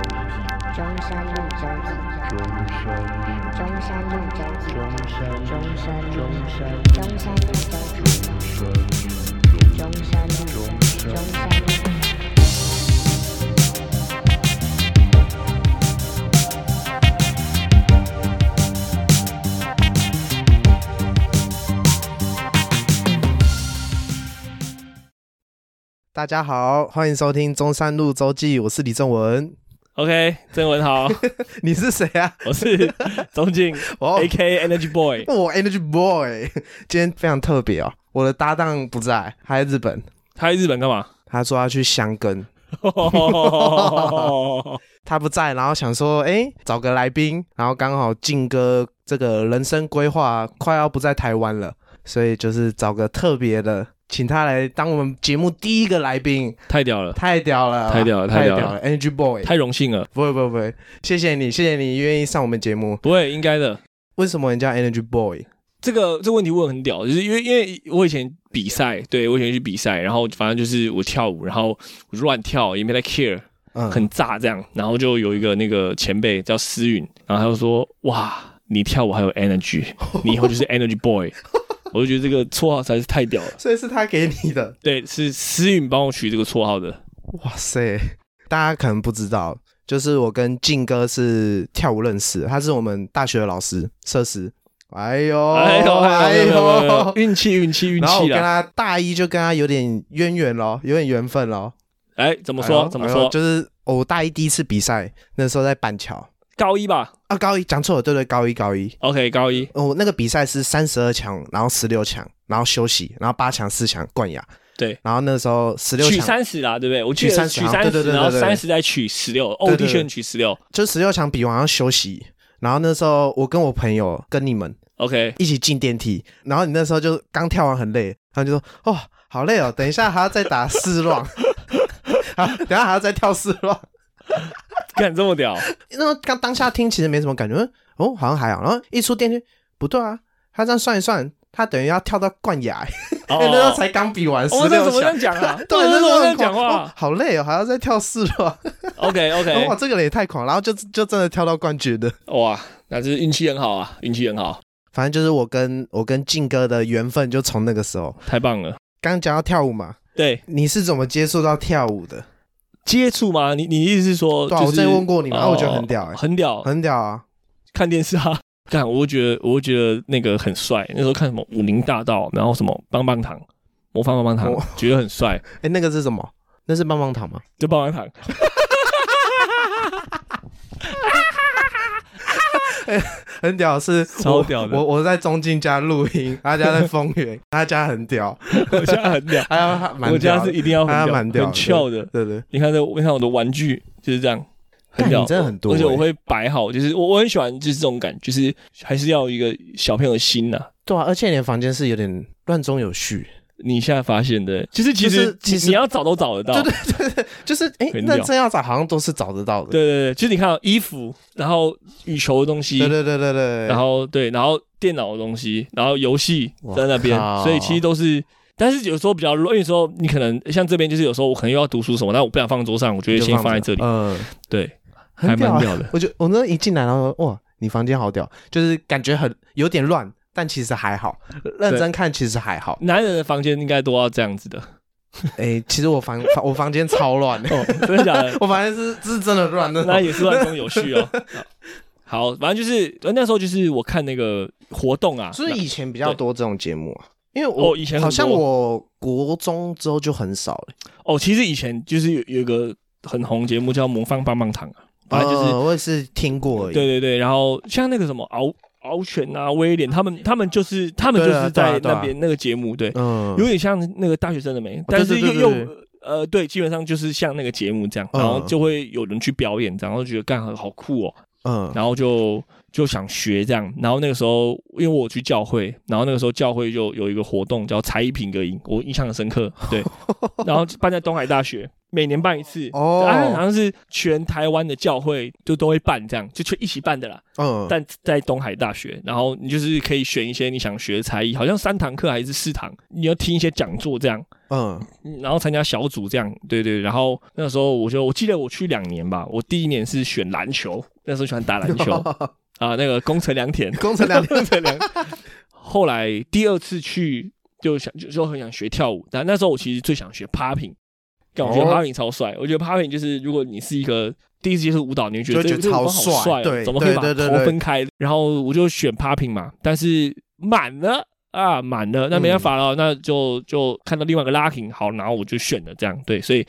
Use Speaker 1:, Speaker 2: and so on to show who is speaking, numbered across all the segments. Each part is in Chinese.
Speaker 1: 中山路周记，
Speaker 2: 中山路，
Speaker 1: 中山路周记，
Speaker 2: 中山路，
Speaker 1: 中山路
Speaker 2: 中山路，
Speaker 1: 中山路周记，
Speaker 2: 中山路。
Speaker 1: 中山路，中山路。
Speaker 3: 大家好，欢迎收听中山路周记，我是李正文。
Speaker 4: OK，郑文豪，
Speaker 3: 你是谁啊？
Speaker 4: 我是钟静
Speaker 3: 哦，
Speaker 4: ，AK Energy Boy。
Speaker 3: 我 Energy Boy，今 天非常特别哦，我的搭档不在，他在日本，
Speaker 4: 他去日本干嘛？
Speaker 3: 他说要去香根，他不在，然后想说，哎，找个来宾，然后刚好静哥这个人生规划快要不在台湾了，所以就是找个特别的。请他来当我们节目第一个来宾，
Speaker 4: 太屌了，
Speaker 3: 太屌了，
Speaker 4: 呃太屌了
Speaker 3: 太
Speaker 4: 太屌了
Speaker 3: 了！Energy Boy，
Speaker 4: 太荣幸了。
Speaker 3: 不会不会不会，谢谢你，谢谢你愿意上我们节目。
Speaker 4: 不会，应该的。
Speaker 3: 为什么人叫 Energy Boy？
Speaker 4: 这个这个问题问得很屌，就是因为因为我以前比赛，对我以前去比赛，然后反正就是我跳舞，然后我就乱跳，也没在 care，
Speaker 3: 嗯，
Speaker 4: 很炸这样。然后就有一个那个前辈叫思韵，然后他就说：“哇，你跳舞还有 energy，你以后就是 energy boy。”我就觉得这个绰号实在是太屌了。
Speaker 3: 所以是他给你的。
Speaker 4: 对，是思韵帮我取这个绰号的。
Speaker 3: 哇塞，大家可能不知道，就是我跟静哥是跳舞认识的，他是我们大学的老师，社师。哎呦，
Speaker 4: 哎呦哎呦哎呦，
Speaker 3: 呦！
Speaker 4: 运气运气运
Speaker 3: 然后我
Speaker 4: 气
Speaker 3: 跟
Speaker 4: 啦！
Speaker 3: 他大一就跟他有点渊源咯，有点缘分咯。
Speaker 4: 哎，怎
Speaker 3: 怎
Speaker 4: 么说怎么说？
Speaker 3: 就是我大一第一次比赛，那时候在板桥
Speaker 4: 高一吧
Speaker 3: 啊，高一讲错了，对对，高一高一。
Speaker 4: ，OK，高一
Speaker 3: 哦，那个比赛是三十二强，然后十六强，然后休息，然后八强、四强冠亚。
Speaker 4: 对，
Speaker 3: 然后那时候十六
Speaker 4: 取
Speaker 3: 强
Speaker 4: 三十啦，对不对？我
Speaker 3: 取
Speaker 4: 记得
Speaker 3: 30
Speaker 4: 取
Speaker 3: 好像
Speaker 4: 三
Speaker 3: 对对
Speaker 4: 十，
Speaker 3: 对
Speaker 4: 然后
Speaker 3: 对对
Speaker 4: 三十再取十六哦
Speaker 3: 对对对
Speaker 4: ，audition 取十六
Speaker 3: 就十六强比完要休息。然后那时候我跟我朋友跟你们
Speaker 4: ，OK，
Speaker 3: 一起进电梯，然后你那时候就刚跳完很累，然后就说哦好累哦，等一下还要再打四 round，啊等一下还要再跳四 round。
Speaker 4: 干这么 屌，
Speaker 3: 那刚当下听其实没什么感觉，嗯哦好像还好。然后一出电梯不对啊，他这样算一算，他等于要跳到冠亚、欸， 因为那时候
Speaker 4: 哦，
Speaker 3: 才刚比完十
Speaker 4: 我这
Speaker 3: 六
Speaker 4: 怎么这
Speaker 3: 强
Speaker 4: 样。讲啊
Speaker 3: ？对，
Speaker 4: 这
Speaker 3: 那时
Speaker 4: 怎么
Speaker 3: 候
Speaker 4: 这
Speaker 3: 很
Speaker 4: 样讲
Speaker 3: 狂哦
Speaker 4: 话
Speaker 3: 好累哦，还要再跳四 round，
Speaker 4: ？OK
Speaker 3: 哇，
Speaker 4: OK，
Speaker 3: 这个人也太 狂，然后就就真的跳到冠军 的。
Speaker 4: 哇，那就是运气很好啊，运气很好，
Speaker 3: 反正就是我跟我跟静哥的缘分就从那个时候。
Speaker 4: 太棒了。
Speaker 3: 刚刚讲到跳舞嘛，
Speaker 4: 对，
Speaker 3: 你是怎么接触到跳舞的？
Speaker 4: 接触吗？你你意思是说，
Speaker 3: 对啊
Speaker 4: 就
Speaker 3: 我之
Speaker 4: 是
Speaker 3: 前问过你嘛
Speaker 4: 哦
Speaker 3: 我觉得很屌欸
Speaker 4: 很屌，
Speaker 3: 很屌啊！
Speaker 4: 看电视 啊。看，我会觉得，我会觉得那个很帅。那时候看什么《武林大道》，然后什么棒棒糖，模仿棒棒糖
Speaker 3: 哦，
Speaker 4: 觉得很帅。
Speaker 3: 哎，那个是什么？那是棒棒糖吗？
Speaker 4: 就棒棒糖，
Speaker 3: 很屌，是
Speaker 4: 超屌的
Speaker 3: 我我我在中静家录音，他家在丰原， 他家很屌，
Speaker 4: 我家很屌，
Speaker 3: 他家蛮
Speaker 4: 我家
Speaker 3: 屌的。
Speaker 4: 是一定要
Speaker 3: 他
Speaker 4: 很屌，
Speaker 3: 蛮屌的
Speaker 4: 很翘的。
Speaker 3: 对对，
Speaker 4: 你看这，你看我的玩具就是这样，很
Speaker 3: 干
Speaker 4: 屌，
Speaker 3: 你真的很多
Speaker 4: 而且
Speaker 3: 欸
Speaker 4: 我会摆好，就是我我很喜欢就是这种感觉，就是还是要有一个小朋友的心呐、
Speaker 3: 对啊，而且你的房间是有点乱中有序，
Speaker 4: 你现在发现的，就是其实、
Speaker 3: 就是其实
Speaker 4: 你要找都找得到，
Speaker 3: 对对对对，就是哎，
Speaker 4: 很屌
Speaker 3: 认真要找好像都是找得到的。
Speaker 4: 对对对就是你看到衣服，然后羽球的东西，
Speaker 3: 对对对对对，
Speaker 4: 然后对，然后电脑的东西，然后游戏在那边
Speaker 3: 哇靠，
Speaker 4: 所以其实都是。但是有时候比较乱，因为有时候你可能像这边，就是有时候我可能又要读书什么，但我不想放桌上，我就会
Speaker 3: 就
Speaker 4: 先放
Speaker 3: 着
Speaker 4: 在这里。
Speaker 3: 嗯，
Speaker 4: 对，
Speaker 3: 很
Speaker 4: 还蛮
Speaker 3: 啊
Speaker 4: 屌的。
Speaker 3: 我就我那一进来，然后哇，你房间好屌，就是感觉很有点乱，但其实还好，认真看其实还好。
Speaker 4: 男人的房间应该都要这样 子的。
Speaker 3: 哎、其实我房房我房间超乱的，
Speaker 4: 哦，真的假的？
Speaker 3: 我房间是是真的乱的
Speaker 4: 那
Speaker 3: 那种。
Speaker 4: 也是乱中有序 哦。好，反正就是呃那时候就是我看那个活动啊，
Speaker 3: 所以以前比较多这种节目啊，因为
Speaker 4: 那
Speaker 3: 我、
Speaker 4: 哦以前很
Speaker 3: 好像
Speaker 4: 多
Speaker 3: 我国中之后就很少了，
Speaker 4: 哦，其实以前就是有有一个很红节目叫《魔方棒棒糖》啊，反正就是、
Speaker 3: 呃我也是听过而已。
Speaker 4: 对对对，然后像那个什么敖敖犬啊、威廉他们，他们就是他们就
Speaker 3: 对啊
Speaker 4: 是
Speaker 3: 对啊
Speaker 4: 在
Speaker 3: 对啊
Speaker 4: 那边那个节目，对，
Speaker 3: 嗯，哦
Speaker 4: 有点像那个大学生的美，但是
Speaker 3: 对
Speaker 4: 又
Speaker 3: 对
Speaker 4: 又
Speaker 3: 对
Speaker 4: 呃对，基本上就是像那个节目这样，
Speaker 3: 嗯
Speaker 4: 然后就会有人去表演这样，然后觉得干很好酷哦，
Speaker 3: 嗯
Speaker 4: 然后就就想学这样。然后那个时候，因为我有去教会，然后那个时候教会就有一个活动叫才艺品格营，我印象很深 刻。对，然后办在东海大学，每年办一次。
Speaker 3: 哦
Speaker 4: 啊好像是全台湾的教会就都会办这样，就去一起办的啦。
Speaker 3: 嗯，
Speaker 4: 但在东海大学，然后你就是可以选一些你想学的才艺，好像三堂课还是四堂，你要听一些讲座这样。
Speaker 3: 嗯
Speaker 4: 嗯然后参加小组这样，对对。然后那时候我就我记得我去两年吧，我第一年是选篮球，那时候喜欢打篮球 啊，那个宫城良田，
Speaker 3: 工程两
Speaker 4: 宫城良。后来第二次去就想就就很想学跳舞，但那时候我其实最想学 popping，干我觉得
Speaker 3: 哦
Speaker 4: popping 超帅，我觉得 popping 就是如果你是一个第一次接触舞蹈，你会觉得
Speaker 3: 就觉
Speaker 4: 这
Speaker 3: 得
Speaker 4: 个这个
Speaker 3: 超
Speaker 4: 舞蹈好帅
Speaker 3: 帅
Speaker 4: 哦，
Speaker 3: 对
Speaker 4: 怎么可以把
Speaker 3: 对对对
Speaker 4: 头
Speaker 3: 对
Speaker 4: 分开？然后我就选 popping 嘛，但是满了。啊，满了，那没办法了，那就就看到另外一个 locking 好，然后我就选了这样，对，所以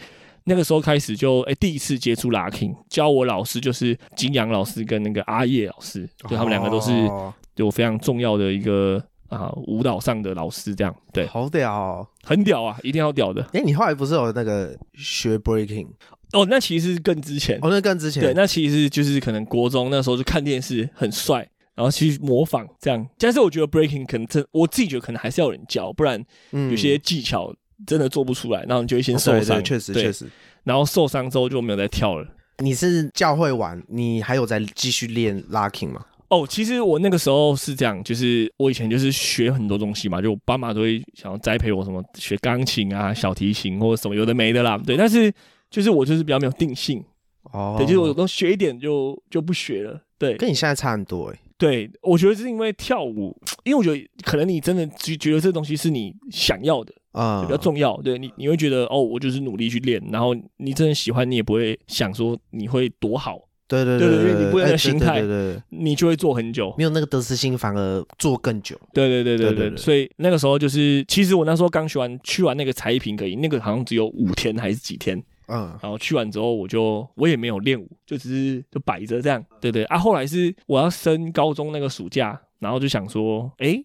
Speaker 4: 那个时候开始就哎、第一次接触 locking，教我老师就是金阳老师跟那个阿叶老师，就他们两个都是
Speaker 3: 哦
Speaker 4: 有非常重要的一个啊舞蹈上的老师，这样对，
Speaker 3: 好屌哦。
Speaker 4: 很屌啊，一定要屌的
Speaker 3: 哎，你后来不是有那个学 breaking？
Speaker 4: 哦。那其实更之前，
Speaker 3: 哦，那更之前
Speaker 4: 对，那其实就是可能国中那时候就看电视很帅，然后去模仿这样。但是我觉得 breaking 可能真，我自己觉得可能还是要有人教，不然
Speaker 3: 嗯哦
Speaker 4: 有些技巧真的做不出来，然后你就会先受
Speaker 3: 对
Speaker 4: 伤，
Speaker 3: 对确实
Speaker 4: 对
Speaker 3: 确实。
Speaker 4: 然后受伤之后就没有再跳了。
Speaker 3: 你是教会玩，你还有在继续练 locking 吗？
Speaker 4: 哦，其实我那个时候是这样，就是我以前就是学很多东西嘛，就我爸妈都会想要栽培我什么学钢琴啊、小提琴或者什么有的没的啦，对。但是就是我就是比较没有定性，
Speaker 3: 哦，
Speaker 4: 对，就是我都学一点就就不学了，对
Speaker 3: 跟你现在差很多哎。
Speaker 4: 对。我觉得是因为跳舞，因为我觉得可能你真的觉觉得这东西是你想要的，
Speaker 3: 啊，
Speaker 4: 比较重要，对你你会觉得哦，我就是努力去练，然后你真的喜欢，你也不会想说你会多好，
Speaker 3: 对对
Speaker 4: 对对
Speaker 3: 对
Speaker 4: 因为你不会有
Speaker 3: 哎
Speaker 4: 那个心态
Speaker 3: 对对对对，
Speaker 4: 你就会做很久。
Speaker 3: 没有那个得失心，反而做更久。
Speaker 4: 对对对
Speaker 3: 对对
Speaker 4: 对
Speaker 3: 对
Speaker 4: 对，所以那个时候就是，其实我那时候刚学完去完那个才艺评可以，那个好像只有五天还是几天，
Speaker 3: 嗯，
Speaker 4: 然后去完之后我就我也没有练舞，就只是就摆着这样，对对啊。后来是我要升高中那个暑假，然后就想说，哎，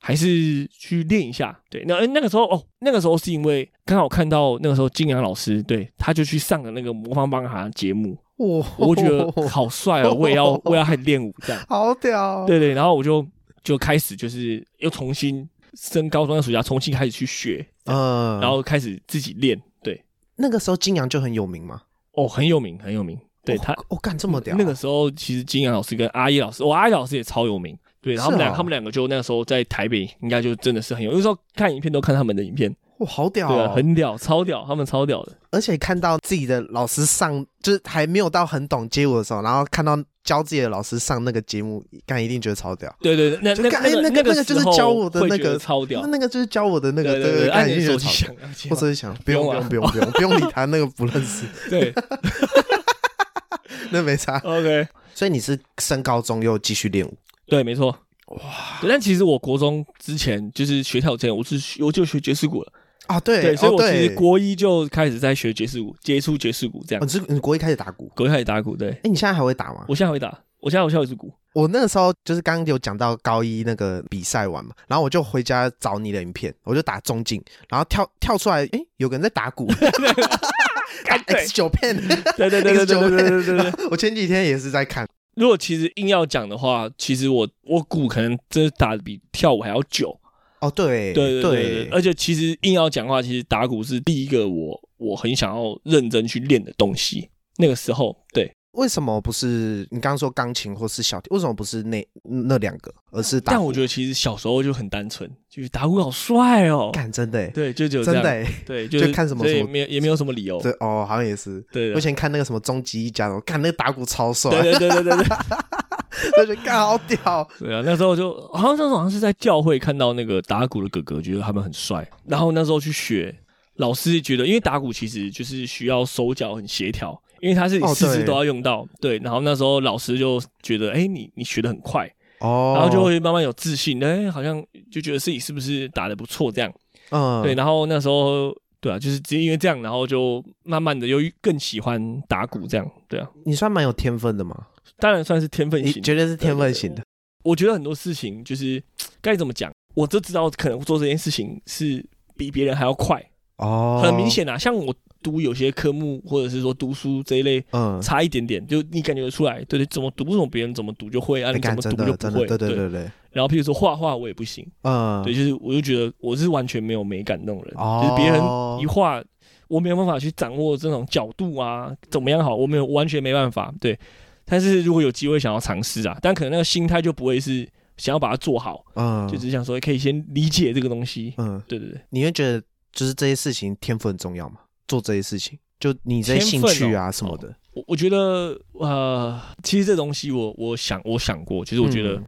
Speaker 4: 还是去练一下。对，那诶那个时候哦，那个时候是因为刚好看到那个时候金阳老师，对，他就去上了那个魔方帮他节目，
Speaker 3: 哇，
Speaker 4: 我觉 得好帅哦，我也要我也要开始练舞这样。
Speaker 3: 好屌。哦
Speaker 4: 对对，然后我就就开始就是又重新升高中的暑假，重新开始去学，
Speaker 3: 嗯，
Speaker 4: 然后开始自己练。对，
Speaker 3: 那个时候金阳就很有名嘛。
Speaker 4: 哦，很有名，很有名。对
Speaker 3: 哦
Speaker 4: 他
Speaker 3: 哦，干这么屌，
Speaker 4: 那个时候，其实金阳老师跟阿叶老师，我、阿叶老师也超有名。对，然后他们
Speaker 3: 是
Speaker 4: 两、
Speaker 3: 哦
Speaker 4: 他们两个就那时候在台北，应该就真的是很有，有时候看影片都看他们的影片，
Speaker 3: 哇，好屌
Speaker 4: 对啊，
Speaker 3: 哦，
Speaker 4: 很屌，超屌，他们超屌的。
Speaker 3: 而且看到自己的老师上，就是还没有到很懂街舞的时候，然后看到教自己的老师上那个节目，干一定觉得超屌。
Speaker 4: 对对，对那那
Speaker 3: 就感
Speaker 4: 那
Speaker 3: 哎那
Speaker 4: 那
Speaker 3: 个那个就是教我的
Speaker 4: 时候
Speaker 3: 那
Speaker 4: 会觉
Speaker 3: 个
Speaker 4: 得超屌
Speaker 3: 那，那个就是教我的那个，
Speaker 4: 对对，
Speaker 3: 干
Speaker 4: 按
Speaker 3: 一
Speaker 4: 你
Speaker 3: 定
Speaker 4: 的
Speaker 3: 觉
Speaker 4: 手
Speaker 3: 得超
Speaker 4: 机
Speaker 3: 屌。
Speaker 4: 响，啊按键
Speaker 3: 我只是 想，不
Speaker 4: 用
Speaker 3: 用不用
Speaker 4: 啊
Speaker 3: 不用不用不用理他，那个不认识，
Speaker 4: 对
Speaker 3: 那没 差。
Speaker 4: ，OK，
Speaker 3: 所以你是升高中又继续练舞，
Speaker 4: 对，没错。哇！但其实我国中之前就是学跳舞之前，我是我就学爵士鼓了。
Speaker 3: 啊，对
Speaker 4: 对，所以
Speaker 3: 哦
Speaker 4: 我其实
Speaker 3: 对
Speaker 4: 国一就开始在学爵士鼓，接触爵士鼓这
Speaker 3: 哦
Speaker 4: 样
Speaker 3: 你。是你国一开始打鼓，
Speaker 4: 国一开始打鼓，对
Speaker 3: 哎，你现在还会打吗？
Speaker 4: 我现在会打，我现在有跳爵士鼓。
Speaker 3: 我那个时候就是刚刚有讲到高一那个比赛完嘛，然后我就回家找你的影片，我就打中镜，然后跳跳出来，哎，有个人在打鼓 ，X 九片，
Speaker 4: 啊对对对对对对对对对对。
Speaker 3: 我前几天也是在看，
Speaker 4: 如果其实硬要讲的话，其实我我鼓可能真的打的比跳舞还要久。
Speaker 3: 哦，对
Speaker 4: 对对对对对，
Speaker 3: 对，
Speaker 4: 而且其实硬要讲的话，其实打鼓是第一个我我很想要认真去练的东西。那个时候，对。
Speaker 3: 为什么不是你刚刚说钢琴或是小提？为什么不是那嗯那两个，而是打
Speaker 4: 但
Speaker 3: 鼓？
Speaker 4: 我觉得其实小时候就很单纯，就是打鼓好帅哦。
Speaker 3: 干真的欸，
Speaker 4: 对，就只有这
Speaker 3: 真
Speaker 4: 样
Speaker 3: 的。欸，
Speaker 4: 对，就是
Speaker 3: 就看什么
Speaker 4: 所
Speaker 3: 什
Speaker 4: 以
Speaker 3: 么
Speaker 4: 没有也没有什么理 由。
Speaker 3: 对哦，好像也是。
Speaker 4: 对
Speaker 3: 我以
Speaker 4: 的，
Speaker 3: 前看那个什么终极一家，我看那个打鼓超帅，
Speaker 4: 对对对对对对
Speaker 3: 我就觉得干好屌。
Speaker 4: 对啊！那时候就好像那时候好像是在教会看到那个打鼓的哥哥，觉得他们很帅，然后那时候去学，老师觉得因为打鼓其实就是需要手脚很协调，因为他是
Speaker 3: 哦
Speaker 4: 四肢
Speaker 3: 对
Speaker 4: 都要用到。对，然后那时候老师就觉得，哎、你你学的很快，
Speaker 3: 哦
Speaker 4: 然后就会慢慢有自信，哎、好像就觉得自己是不是打的不错这样。
Speaker 3: 嗯
Speaker 4: 对，然后那时候对啊，就是因为这样，然后就慢慢的又更喜欢打鼓这样。对啊，
Speaker 3: 你算蛮有天分的嘛，
Speaker 4: 当然算是天分
Speaker 3: 你
Speaker 4: 型。
Speaker 3: 绝对是天分型的。
Speaker 4: 我觉得很多事情就是该怎么讲，我就知道可能做这件事情是比别人还要快，
Speaker 3: 哦，
Speaker 4: 很明，显啊。像我读有些科目，或者是说读书这一类，
Speaker 3: 嗯，
Speaker 4: 差一点点，就你感觉得出来，对对，怎么读不懂别人怎么读就会啊，
Speaker 3: 哎
Speaker 4: 你怎
Speaker 3: 干
Speaker 4: 么
Speaker 3: 真
Speaker 4: 读就
Speaker 3: 的
Speaker 4: 不
Speaker 3: 真
Speaker 4: 会，
Speaker 3: 的，对对对对，
Speaker 4: 然后譬如说画画，我也不行，
Speaker 3: 嗯，
Speaker 4: 对，就是我就觉得我是完全没有美感那种人，
Speaker 3: 哦
Speaker 4: 就是别人一画，我没有办法去掌握这种角度啊，怎么样好，我没有完全没办法，对。但是如果有机会想要尝试啊，但可能那个心态就不会是想要把它做好，
Speaker 3: 嗯，
Speaker 4: 就只是想说可以先理解这个东西，
Speaker 3: 嗯，
Speaker 4: 对对对，
Speaker 3: 你会觉得就是这些事情天赋很重要吗？做这些事情，就你这些兴
Speaker 4: 天分哦
Speaker 3: 趣啊什么的，
Speaker 4: 我我觉得呃，其实这东西我我想我想过，其实我觉得。
Speaker 3: 嗯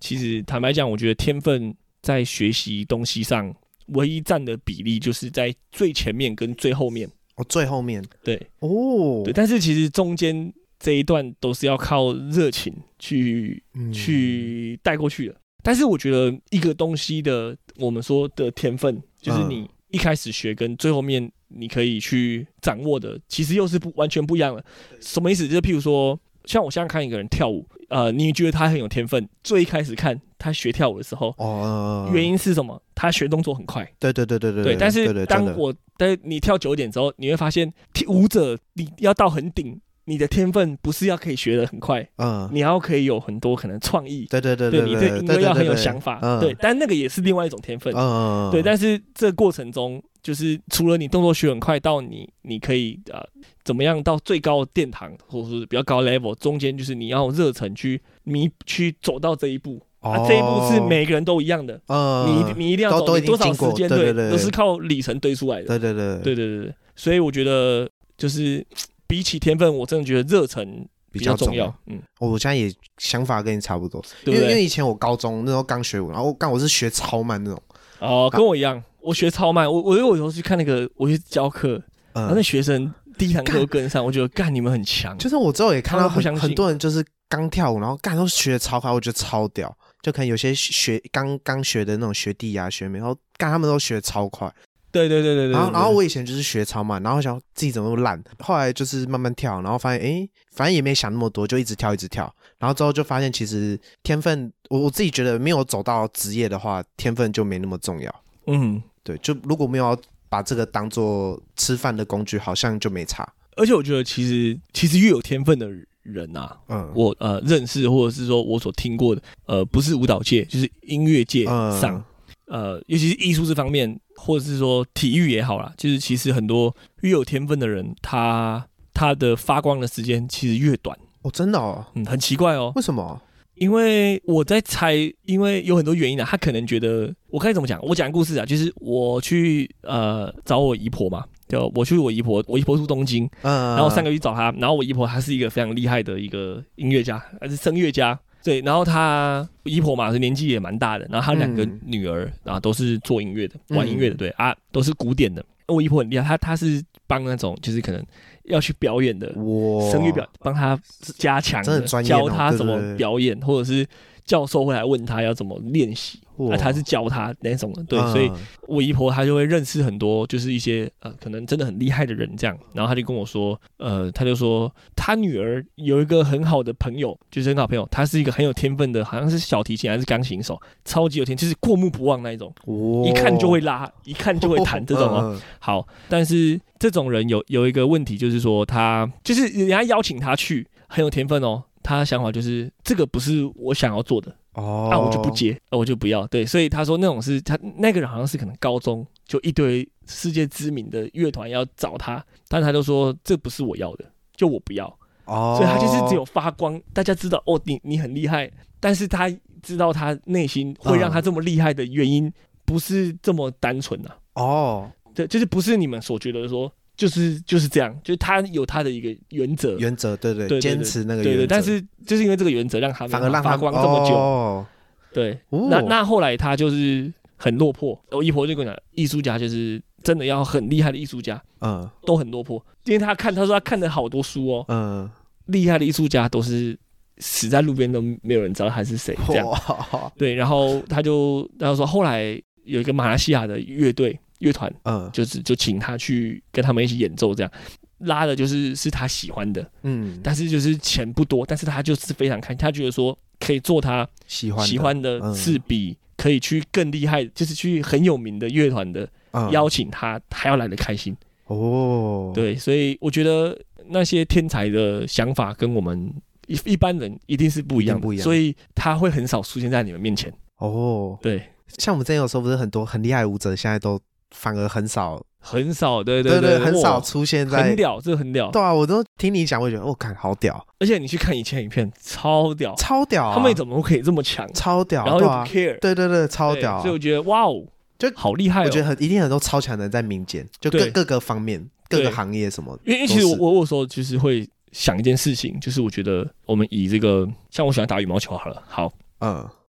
Speaker 4: 其实坦白讲，我觉得天分在学习东西上唯一占的比例，就是在最前面跟最后面。
Speaker 3: 哦，最后面
Speaker 4: 对
Speaker 3: 哦
Speaker 4: 对，，但是其实中间这一段都是要靠热情去
Speaker 3: 嗯
Speaker 4: 去带过去的。但是我觉得一个东西的，我们说的天分，就是你一开始学跟最后面你可以去掌握的，其实又是不完全不一样了。什么意思？就是譬如说，像我现在看一个人跳舞，呃，你觉得他很有天分，最一开始看他学跳舞的时候，
Speaker 3: 哦，
Speaker 4: 原
Speaker 3: 因
Speaker 4: 因是什么？他学动作很快，
Speaker 3: 对对对对对
Speaker 4: 对。但
Speaker 3: 对对
Speaker 4: 是
Speaker 3: 真
Speaker 4: 当
Speaker 3: 的
Speaker 4: 我在你跳九点之后，你会发现踢舞者你要到很顶，你的天分不是要可以学得很快，
Speaker 3: 嗯，
Speaker 4: 你要可以有很多可能创意，
Speaker 3: 对对对
Speaker 4: 对你
Speaker 3: 对
Speaker 4: 对音乐要很有想法，对
Speaker 3: 嗯。
Speaker 4: 但那个也是另外一种天分，
Speaker 3: 嗯，
Speaker 4: 对。但
Speaker 3: 是
Speaker 4: 是这过程中，就是除了你动作学很快，到你你可以呃怎么样到最高的殿堂或者是比较高的 level，中间就是你要有热忱去你去走到这一步。啊，这一步
Speaker 3: 哦
Speaker 4: 是，每个人都一样的，
Speaker 3: 嗯，
Speaker 4: 你你一定要
Speaker 3: 都
Speaker 4: 走
Speaker 3: 都已
Speaker 4: 你多
Speaker 3: 经
Speaker 4: 少
Speaker 3: 经过
Speaker 4: 时间
Speaker 3: 对对对
Speaker 4: 都是靠里程堆出来的。
Speaker 3: 对对对
Speaker 4: 对对对对，所以我觉得就是比起天分，我真的觉得热忱
Speaker 3: 比
Speaker 4: 较
Speaker 3: 较重
Speaker 4: 要。。嗯，
Speaker 3: 哦我现在也想法跟你差不多，
Speaker 4: 对不
Speaker 3: 因为因
Speaker 4: 对？
Speaker 3: 为以前我高中那时候刚学舞，然后干我是学超慢那种，
Speaker 4: 哦，
Speaker 3: 啊
Speaker 4: 跟我一样，我学超慢。我我因为我有时候去看那个，我去教课，然
Speaker 3: 嗯
Speaker 4: 后啊那，学生第一堂课都跟上，我觉得干你们很强。
Speaker 3: 就是我之后也看到
Speaker 4: 他们不
Speaker 3: 很
Speaker 4: 相信
Speaker 3: 很多人就是刚跳舞，然后干都学的超快，我觉得超屌。就可能有些学刚刚学的那种学弟啊学妹，然后干他们都学得超快，
Speaker 4: 对对对对对。
Speaker 3: 然后
Speaker 4: 对
Speaker 3: 然后我以前就是学超慢，然后想自己怎么那么烂，后来就是慢慢跳，然后发现诶，反正也没想那么多，就一直跳一直跳，然后之后就发现其实天分，我我自己觉得没有走到职业的话，天分就没那么重要。
Speaker 4: 嗯，
Speaker 3: 对，就如果没有要把这个当做吃饭的工具，好像就没差。
Speaker 4: 而且我觉得其实其实越有天分的人啊，
Speaker 3: 嗯，
Speaker 4: 我呃认识或者是说我所听过的，呃不是舞蹈界就是音乐界
Speaker 3: 嗯
Speaker 4: 上，呃，尤其是艺术这方面，或者是说体育也好啦，就是其实很多越有天分的人，他他的发光的时间其实越短，
Speaker 3: 哦，真的哦，
Speaker 4: 嗯，很奇怪哦。
Speaker 3: 为什么？
Speaker 4: 因为我在猜，因为有很多原因啊，他可能觉得我该怎么讲？我讲个故事啊，就是我去呃找我姨婆嘛，就我去我姨婆，我姨婆住东京，
Speaker 3: 嗯，
Speaker 4: 然后三个月去找她，然后我姨婆她是一个非常厉害的一个音乐家，呃还是声乐家。对，然后她姨婆嘛，年纪也蛮大的，然后她两个
Speaker 3: 嗯
Speaker 4: 女儿啊都是做音乐的，玩音乐的，
Speaker 3: 嗯
Speaker 4: 对啊，都是古典的。我姨婆很厉害，她她是帮那种就是可能要去表演的
Speaker 3: 我
Speaker 4: 声乐表，帮她加强
Speaker 3: 真的
Speaker 4: 的，
Speaker 3: 很专业哦
Speaker 4: 教她
Speaker 3: 对对
Speaker 4: 怎么
Speaker 3: 对
Speaker 4: 表演，或者是教授会来问她要怎么练习，
Speaker 3: 哇
Speaker 4: 啊，她是教她那种的，对，
Speaker 3: 嗯
Speaker 4: 所以我姨婆她就会认识很多，就是一些呃，可能真的很厉害的人这样。然后她就跟我说，呃，她就说她女儿有一个很好的朋友，就是很好朋友，她是一个很有天分的，好像是小提琴还是钢琴手，超级有天，就是过目不忘那一种，
Speaker 3: 哇
Speaker 4: 一看就会拉，一看就会弹这种哦。
Speaker 3: 嗯
Speaker 4: 好，但是这种人有有一个问题，就是说他就是人家邀请他去，很有天分哦。他的想法就是这个不是我想要做的，
Speaker 3: 哦，
Speaker 4: 那、我就不接，呃我就不要。对，所以他说那种是他那个人好像是可能高中就一堆世界知名的乐团要找他，但他就说这不是我要的，就我不要。
Speaker 3: 哦，
Speaker 4: 所以他就是只有发光，大家知道哦，你你很厉害，但是他知道他内心会让
Speaker 3: 嗯
Speaker 4: 他这么厉害的原因不是这么单纯啊，
Speaker 3: 哦
Speaker 4: 对，就是不是你们所觉得说就是就是这样，就是他有他的一个原则。
Speaker 3: 原则，对对
Speaker 4: 对对
Speaker 3: 坚持那个
Speaker 4: 对
Speaker 3: 原则，
Speaker 4: 对，但是就是因为这个原则，让他没
Speaker 3: 反而让他
Speaker 4: 法发光这么久，
Speaker 3: 哦
Speaker 4: 对，
Speaker 3: 哦
Speaker 4: 那那后来他就是很落魄。我姨婆就跟我讲，艺术家就是真的要很厉害的艺术家
Speaker 3: 嗯
Speaker 4: 都很落魄，因为他看他说他看了好多书哦，
Speaker 3: 嗯，
Speaker 4: 厉害的艺术家都是死在路边都没有人知道他是谁这样。
Speaker 3: 哇，
Speaker 4: 对，然后他就他就说后来有一个马来西亚的乐队乐团，
Speaker 3: 嗯
Speaker 4: 就是就请他去跟他们一起演奏这样。拉的就是是他喜欢的，
Speaker 3: 嗯，
Speaker 4: 但是就是钱不多，但是他就是非常开心，他觉得说可以做他
Speaker 3: 喜欢
Speaker 4: 喜
Speaker 3: 的
Speaker 4: 欢的
Speaker 3: 嗯
Speaker 4: 是比可以去更厉害，就是去很有名的乐团的
Speaker 3: 嗯
Speaker 4: 邀请他还要来的开心。
Speaker 3: 哦，，
Speaker 4: 对，所以我觉得那些天才的想法跟我们一一般人一定是不一样
Speaker 3: 一
Speaker 4: 的，
Speaker 3: 定不一样
Speaker 4: 所以他会很少出现在你们面前。
Speaker 3: 哦，
Speaker 4: 对，
Speaker 3: 像我们之前有说，不是很多很厉害的舞者，现在都反而很少，
Speaker 4: 很少，对
Speaker 3: 对
Speaker 4: 对，
Speaker 3: 很
Speaker 4: 哇
Speaker 3: 少出现在
Speaker 4: 很。屌，这很屌。
Speaker 3: 对啊，我都听你讲，我也觉得，我、哦、看好屌，
Speaker 4: 而且你去看以前的影片，超屌，
Speaker 3: 超屌、啊，
Speaker 4: 他们怎么可以这么强？
Speaker 3: 超屌，
Speaker 4: 然后又
Speaker 3: 对
Speaker 4: 不
Speaker 3: 啊，
Speaker 4: care，
Speaker 3: 对对对，超
Speaker 4: 对
Speaker 3: 屌啊、
Speaker 4: 所以我觉得哇哦，
Speaker 3: 就
Speaker 4: 好厉害哦。
Speaker 3: 我觉得很一定很多超强的人在民间，就各
Speaker 4: 对
Speaker 3: 各个方面、各
Speaker 4: 对
Speaker 3: 个行业什么，
Speaker 4: 因为因为
Speaker 3: 都
Speaker 4: 其实我
Speaker 3: 是
Speaker 4: 我有时候就是会想一件事情，就是我觉得我们以这个像我喜欢打羽毛球好了，好，
Speaker 3: 嗯，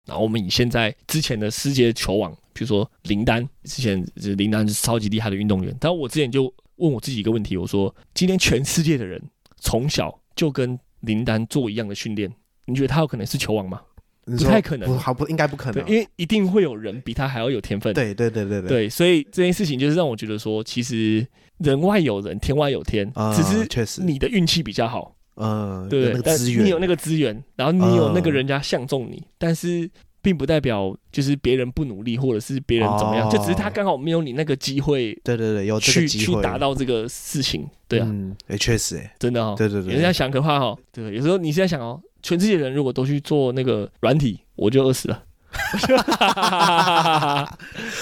Speaker 4: 然后我们以现在之前的世界球王，比如说林丹，之前就是林丹是超级厉害的运动员，但我之前就问我自己一个问题，我说今天全世界的人从小就跟林丹做一样的训练，你觉得他有可能是球王吗？
Speaker 3: 不
Speaker 4: 不太可能
Speaker 3: 不好不应该不可
Speaker 4: 对
Speaker 3: 能，，
Speaker 4: 因为一定会有人比他还要有天分。
Speaker 3: 对对对对对，
Speaker 4: 对，所以这件事情就是让我觉得说，其实人外有人，天外有天，
Speaker 3: 啊
Speaker 4: 只是
Speaker 3: 确实，
Speaker 4: 你的运气比较好，
Speaker 3: 嗯，
Speaker 4: 对
Speaker 3: 有
Speaker 4: 不
Speaker 3: 那个
Speaker 4: 对？但
Speaker 3: 资源，
Speaker 4: 你有那个资源，然后你有那个
Speaker 3: 嗯
Speaker 4: 人家相中你，但是并不代表就是别人不努力，或者是别人怎么样，
Speaker 3: 哦
Speaker 4: 就只是他刚好没有你那个机会
Speaker 3: 对对对，有这
Speaker 4: 去
Speaker 3: 个机
Speaker 4: 去
Speaker 3: 会
Speaker 4: 达，到这个事情。对啊，
Speaker 3: 嗯，哎，确实，哎，
Speaker 4: 真的哈、哦，
Speaker 3: 对对对
Speaker 4: 人家想可怕哈、哦，对，有时候你现在想哦，全世界人如果都去做那个软体，我就饿死了。
Speaker 3: 哦，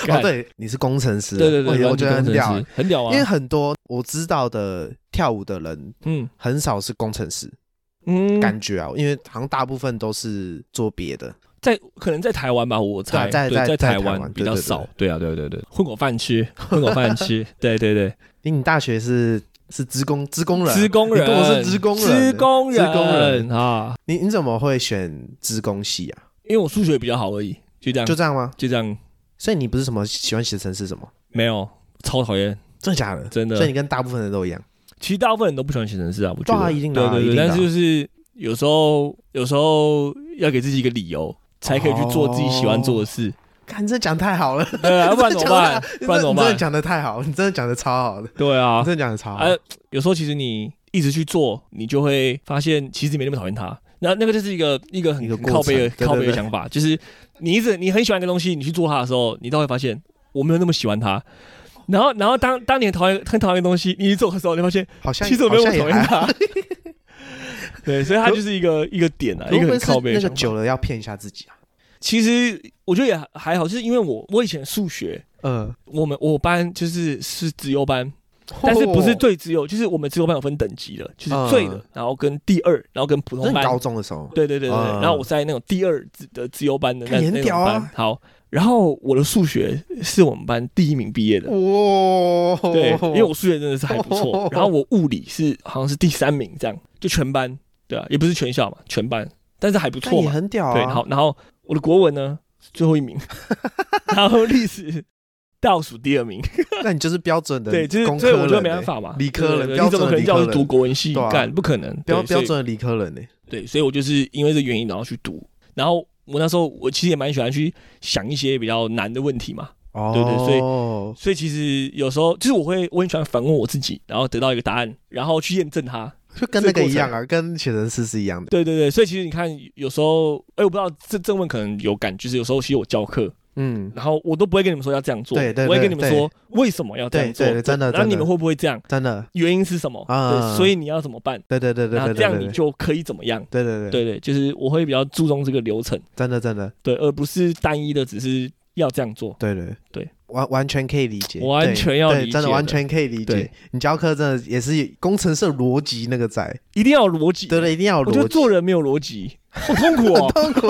Speaker 4: 干
Speaker 3: 对，你是工程师，啊哦
Speaker 4: 对对对，
Speaker 3: 我
Speaker 4: 软
Speaker 3: 我
Speaker 4: 体
Speaker 3: 觉得很
Speaker 4: 工程
Speaker 3: 屌欸
Speaker 4: 师，很屌
Speaker 3: 因
Speaker 4: 啊，
Speaker 3: 为很多我知道的跳舞的人
Speaker 4: 嗯
Speaker 3: 很少是工程师，
Speaker 4: 嗯，
Speaker 3: 感觉啊，因为好像大部分都是做别的，
Speaker 4: 在可能在台湾吧，我猜
Speaker 3: 对在
Speaker 4: 对
Speaker 3: 在
Speaker 4: 在
Speaker 3: 在台
Speaker 4: 湾
Speaker 3: 湾
Speaker 4: 比较
Speaker 3: 对对对
Speaker 4: 少。对啊，对对对，混口饭吃，混口饭吃。对对对，
Speaker 3: 因为你大学是是职工职 工人，啊
Speaker 4: 职工人，
Speaker 3: 你跟我是职工人
Speaker 4: 职工人，
Speaker 3: 职工人
Speaker 4: 啊！
Speaker 3: 你你怎么会选职工系啊？
Speaker 4: 因为我数学比较好而已，就这样，
Speaker 3: 就
Speaker 4: 就
Speaker 3: 这样吗？
Speaker 4: 这样，
Speaker 3: 所以你不是什么喜欢写程式什么？
Speaker 4: 没有超讨厌。
Speaker 3: 真的假的？
Speaker 4: 真的
Speaker 3: 所以你跟大部分人都一样。
Speaker 4: 其实大部分人都不喜欢写程式啊，我觉
Speaker 3: 对啊
Speaker 4: 得
Speaker 3: 一定的
Speaker 4: 对
Speaker 3: 啊
Speaker 4: 对
Speaker 3: 一定
Speaker 4: 对，
Speaker 3: 的啊
Speaker 4: 但是就是有时候有时候要给自己一个理由，才可以去做自己喜欢做的事。
Speaker 3: 看，这讲太好了，
Speaker 4: 对啊，不然怎么办？
Speaker 3: 哦 你
Speaker 4: 不然怎么
Speaker 3: 真的
Speaker 4: 办？
Speaker 3: 讲的太好，你真的讲的超好的，
Speaker 4: 对啊
Speaker 3: 你，真的讲的超好。
Speaker 4: 呃，有时候其实你一直去做，你就会发现其实你没那么讨厌它。那那个就是一个一个很
Speaker 3: 一个
Speaker 4: 很
Speaker 3: 过
Speaker 4: 靠背的
Speaker 3: 程对
Speaker 4: 靠背
Speaker 3: 对
Speaker 4: 的
Speaker 3: 对
Speaker 4: 想法，就是你一直你很喜欢一个东西，你去做它的时候，你都会发现我没有那么喜欢它。然后，然后当当你很讨厌很讨厌一个东西，你一做的时候，你会发现
Speaker 3: 好像
Speaker 4: 其实我没有
Speaker 3: 好
Speaker 4: 那
Speaker 3: 像
Speaker 4: 么
Speaker 3: 也
Speaker 4: 讨
Speaker 3: 还
Speaker 4: 厌
Speaker 3: 好。
Speaker 4: 它。 对，所以它就是一个一个点啊，一
Speaker 3: 会
Speaker 4: 个
Speaker 3: 不会
Speaker 4: 很
Speaker 3: 是
Speaker 4: 靠背
Speaker 3: 那
Speaker 4: 的
Speaker 3: 个
Speaker 4: 想法
Speaker 3: 久了要骗一下自己啊？
Speaker 4: 其实我觉得也还还好，就是因为我我以前数学，
Speaker 3: 嗯，
Speaker 4: 我们我班就是是资优班，但是不是
Speaker 3: 哦
Speaker 4: 最只有，就是我们只有班有分等级的，就是最的
Speaker 3: 嗯，
Speaker 4: 然后跟第二，然后跟普
Speaker 3: 那
Speaker 4: 通
Speaker 3: 你
Speaker 4: 班，
Speaker 3: 高中的时候？
Speaker 4: 对对对对，
Speaker 3: 嗯
Speaker 4: 然后我在那种第二自的自由班的那
Speaker 3: 看你很
Speaker 4: 那
Speaker 3: 屌
Speaker 4: 种
Speaker 3: 啊
Speaker 4: 班，好，然后我的数学是我们班第一名毕业
Speaker 3: 哦
Speaker 4: 的。
Speaker 3: 哇，
Speaker 4: 对，因为我数学真的是还不错
Speaker 3: 哦，
Speaker 4: 然后我物理是好像是第三名这样，就全班，对啊，也不是全校嘛，全班，但是还不
Speaker 3: 看
Speaker 4: 错
Speaker 3: 你
Speaker 4: 嘛，
Speaker 3: 很屌啊。
Speaker 4: 对，好，然后我的国文呢是最 后一名，然后历史倒数第二名，
Speaker 3: 那你就是标准的
Speaker 4: 对，就是
Speaker 3: 工
Speaker 4: 所以
Speaker 3: 科
Speaker 4: 我觉得
Speaker 3: 人
Speaker 4: 没办
Speaker 3: 欸
Speaker 4: 法嘛，
Speaker 3: 理科人
Speaker 4: 对对对
Speaker 3: 标
Speaker 4: 你怎么
Speaker 3: 准
Speaker 4: 可
Speaker 3: 的
Speaker 4: 能
Speaker 3: 理
Speaker 4: 叫我
Speaker 3: 科
Speaker 4: 去
Speaker 3: 人
Speaker 4: 读国文系
Speaker 3: 对啊
Speaker 4: 干？不可能，
Speaker 3: 标
Speaker 4: 对
Speaker 3: 标。
Speaker 4: 所
Speaker 3: 准的理科人呢。欸
Speaker 4: 以对，所以我就是因为这原因，然后去读。然后我那时候我其实也蛮喜欢去想一些比较难的问题嘛，
Speaker 3: 哦
Speaker 4: 对对所以
Speaker 3: 以
Speaker 4: 所以其实有时候就是我会我很喜欢反问我自己，然后得到一个答案，然后去验证它。
Speaker 3: 就跟那个一样啊，跟写程式是一样的。
Speaker 4: 对对对，所以其实你看，有时候哎，我不知道这正问可能有感，就是有时候其实我教课，
Speaker 3: 嗯，
Speaker 4: 然后我都不会跟你们说要这样做，
Speaker 3: 对对
Speaker 4: 我会
Speaker 3: 对
Speaker 4: 跟你们说为什么要这样
Speaker 3: 对
Speaker 4: 做，
Speaker 3: 对对真的
Speaker 4: 然后
Speaker 3: 真的
Speaker 4: 你们会不会这样？
Speaker 3: 真的，
Speaker 4: 原因是什么？
Speaker 3: 啊
Speaker 4: 对，所以你要怎么办？
Speaker 3: 对对对对
Speaker 4: 然后
Speaker 3: 对
Speaker 4: 这样
Speaker 3: 对
Speaker 4: 你
Speaker 3: 对
Speaker 4: 就可以怎么样？
Speaker 3: 对对对，
Speaker 4: 对对，就是我会比较注重这个流程，
Speaker 3: 真的真的，
Speaker 4: 对，而不是单一的只是要这样做。
Speaker 3: 对对
Speaker 4: 对，
Speaker 3: 完完全可以理解，
Speaker 4: 完全要
Speaker 3: 对
Speaker 4: 理
Speaker 3: 对真
Speaker 4: 解
Speaker 3: 的
Speaker 4: 的
Speaker 3: 完全可以理解
Speaker 4: 对。
Speaker 3: 你教课真的也是工程师的逻辑那个在，
Speaker 4: 一定要有逻辑。
Speaker 3: 对对，一定要有
Speaker 4: 我觉
Speaker 3: 逻
Speaker 4: 得
Speaker 3: 辑。
Speaker 4: 做人没有逻辑，好痛苦 哦。
Speaker 3: 痛苦。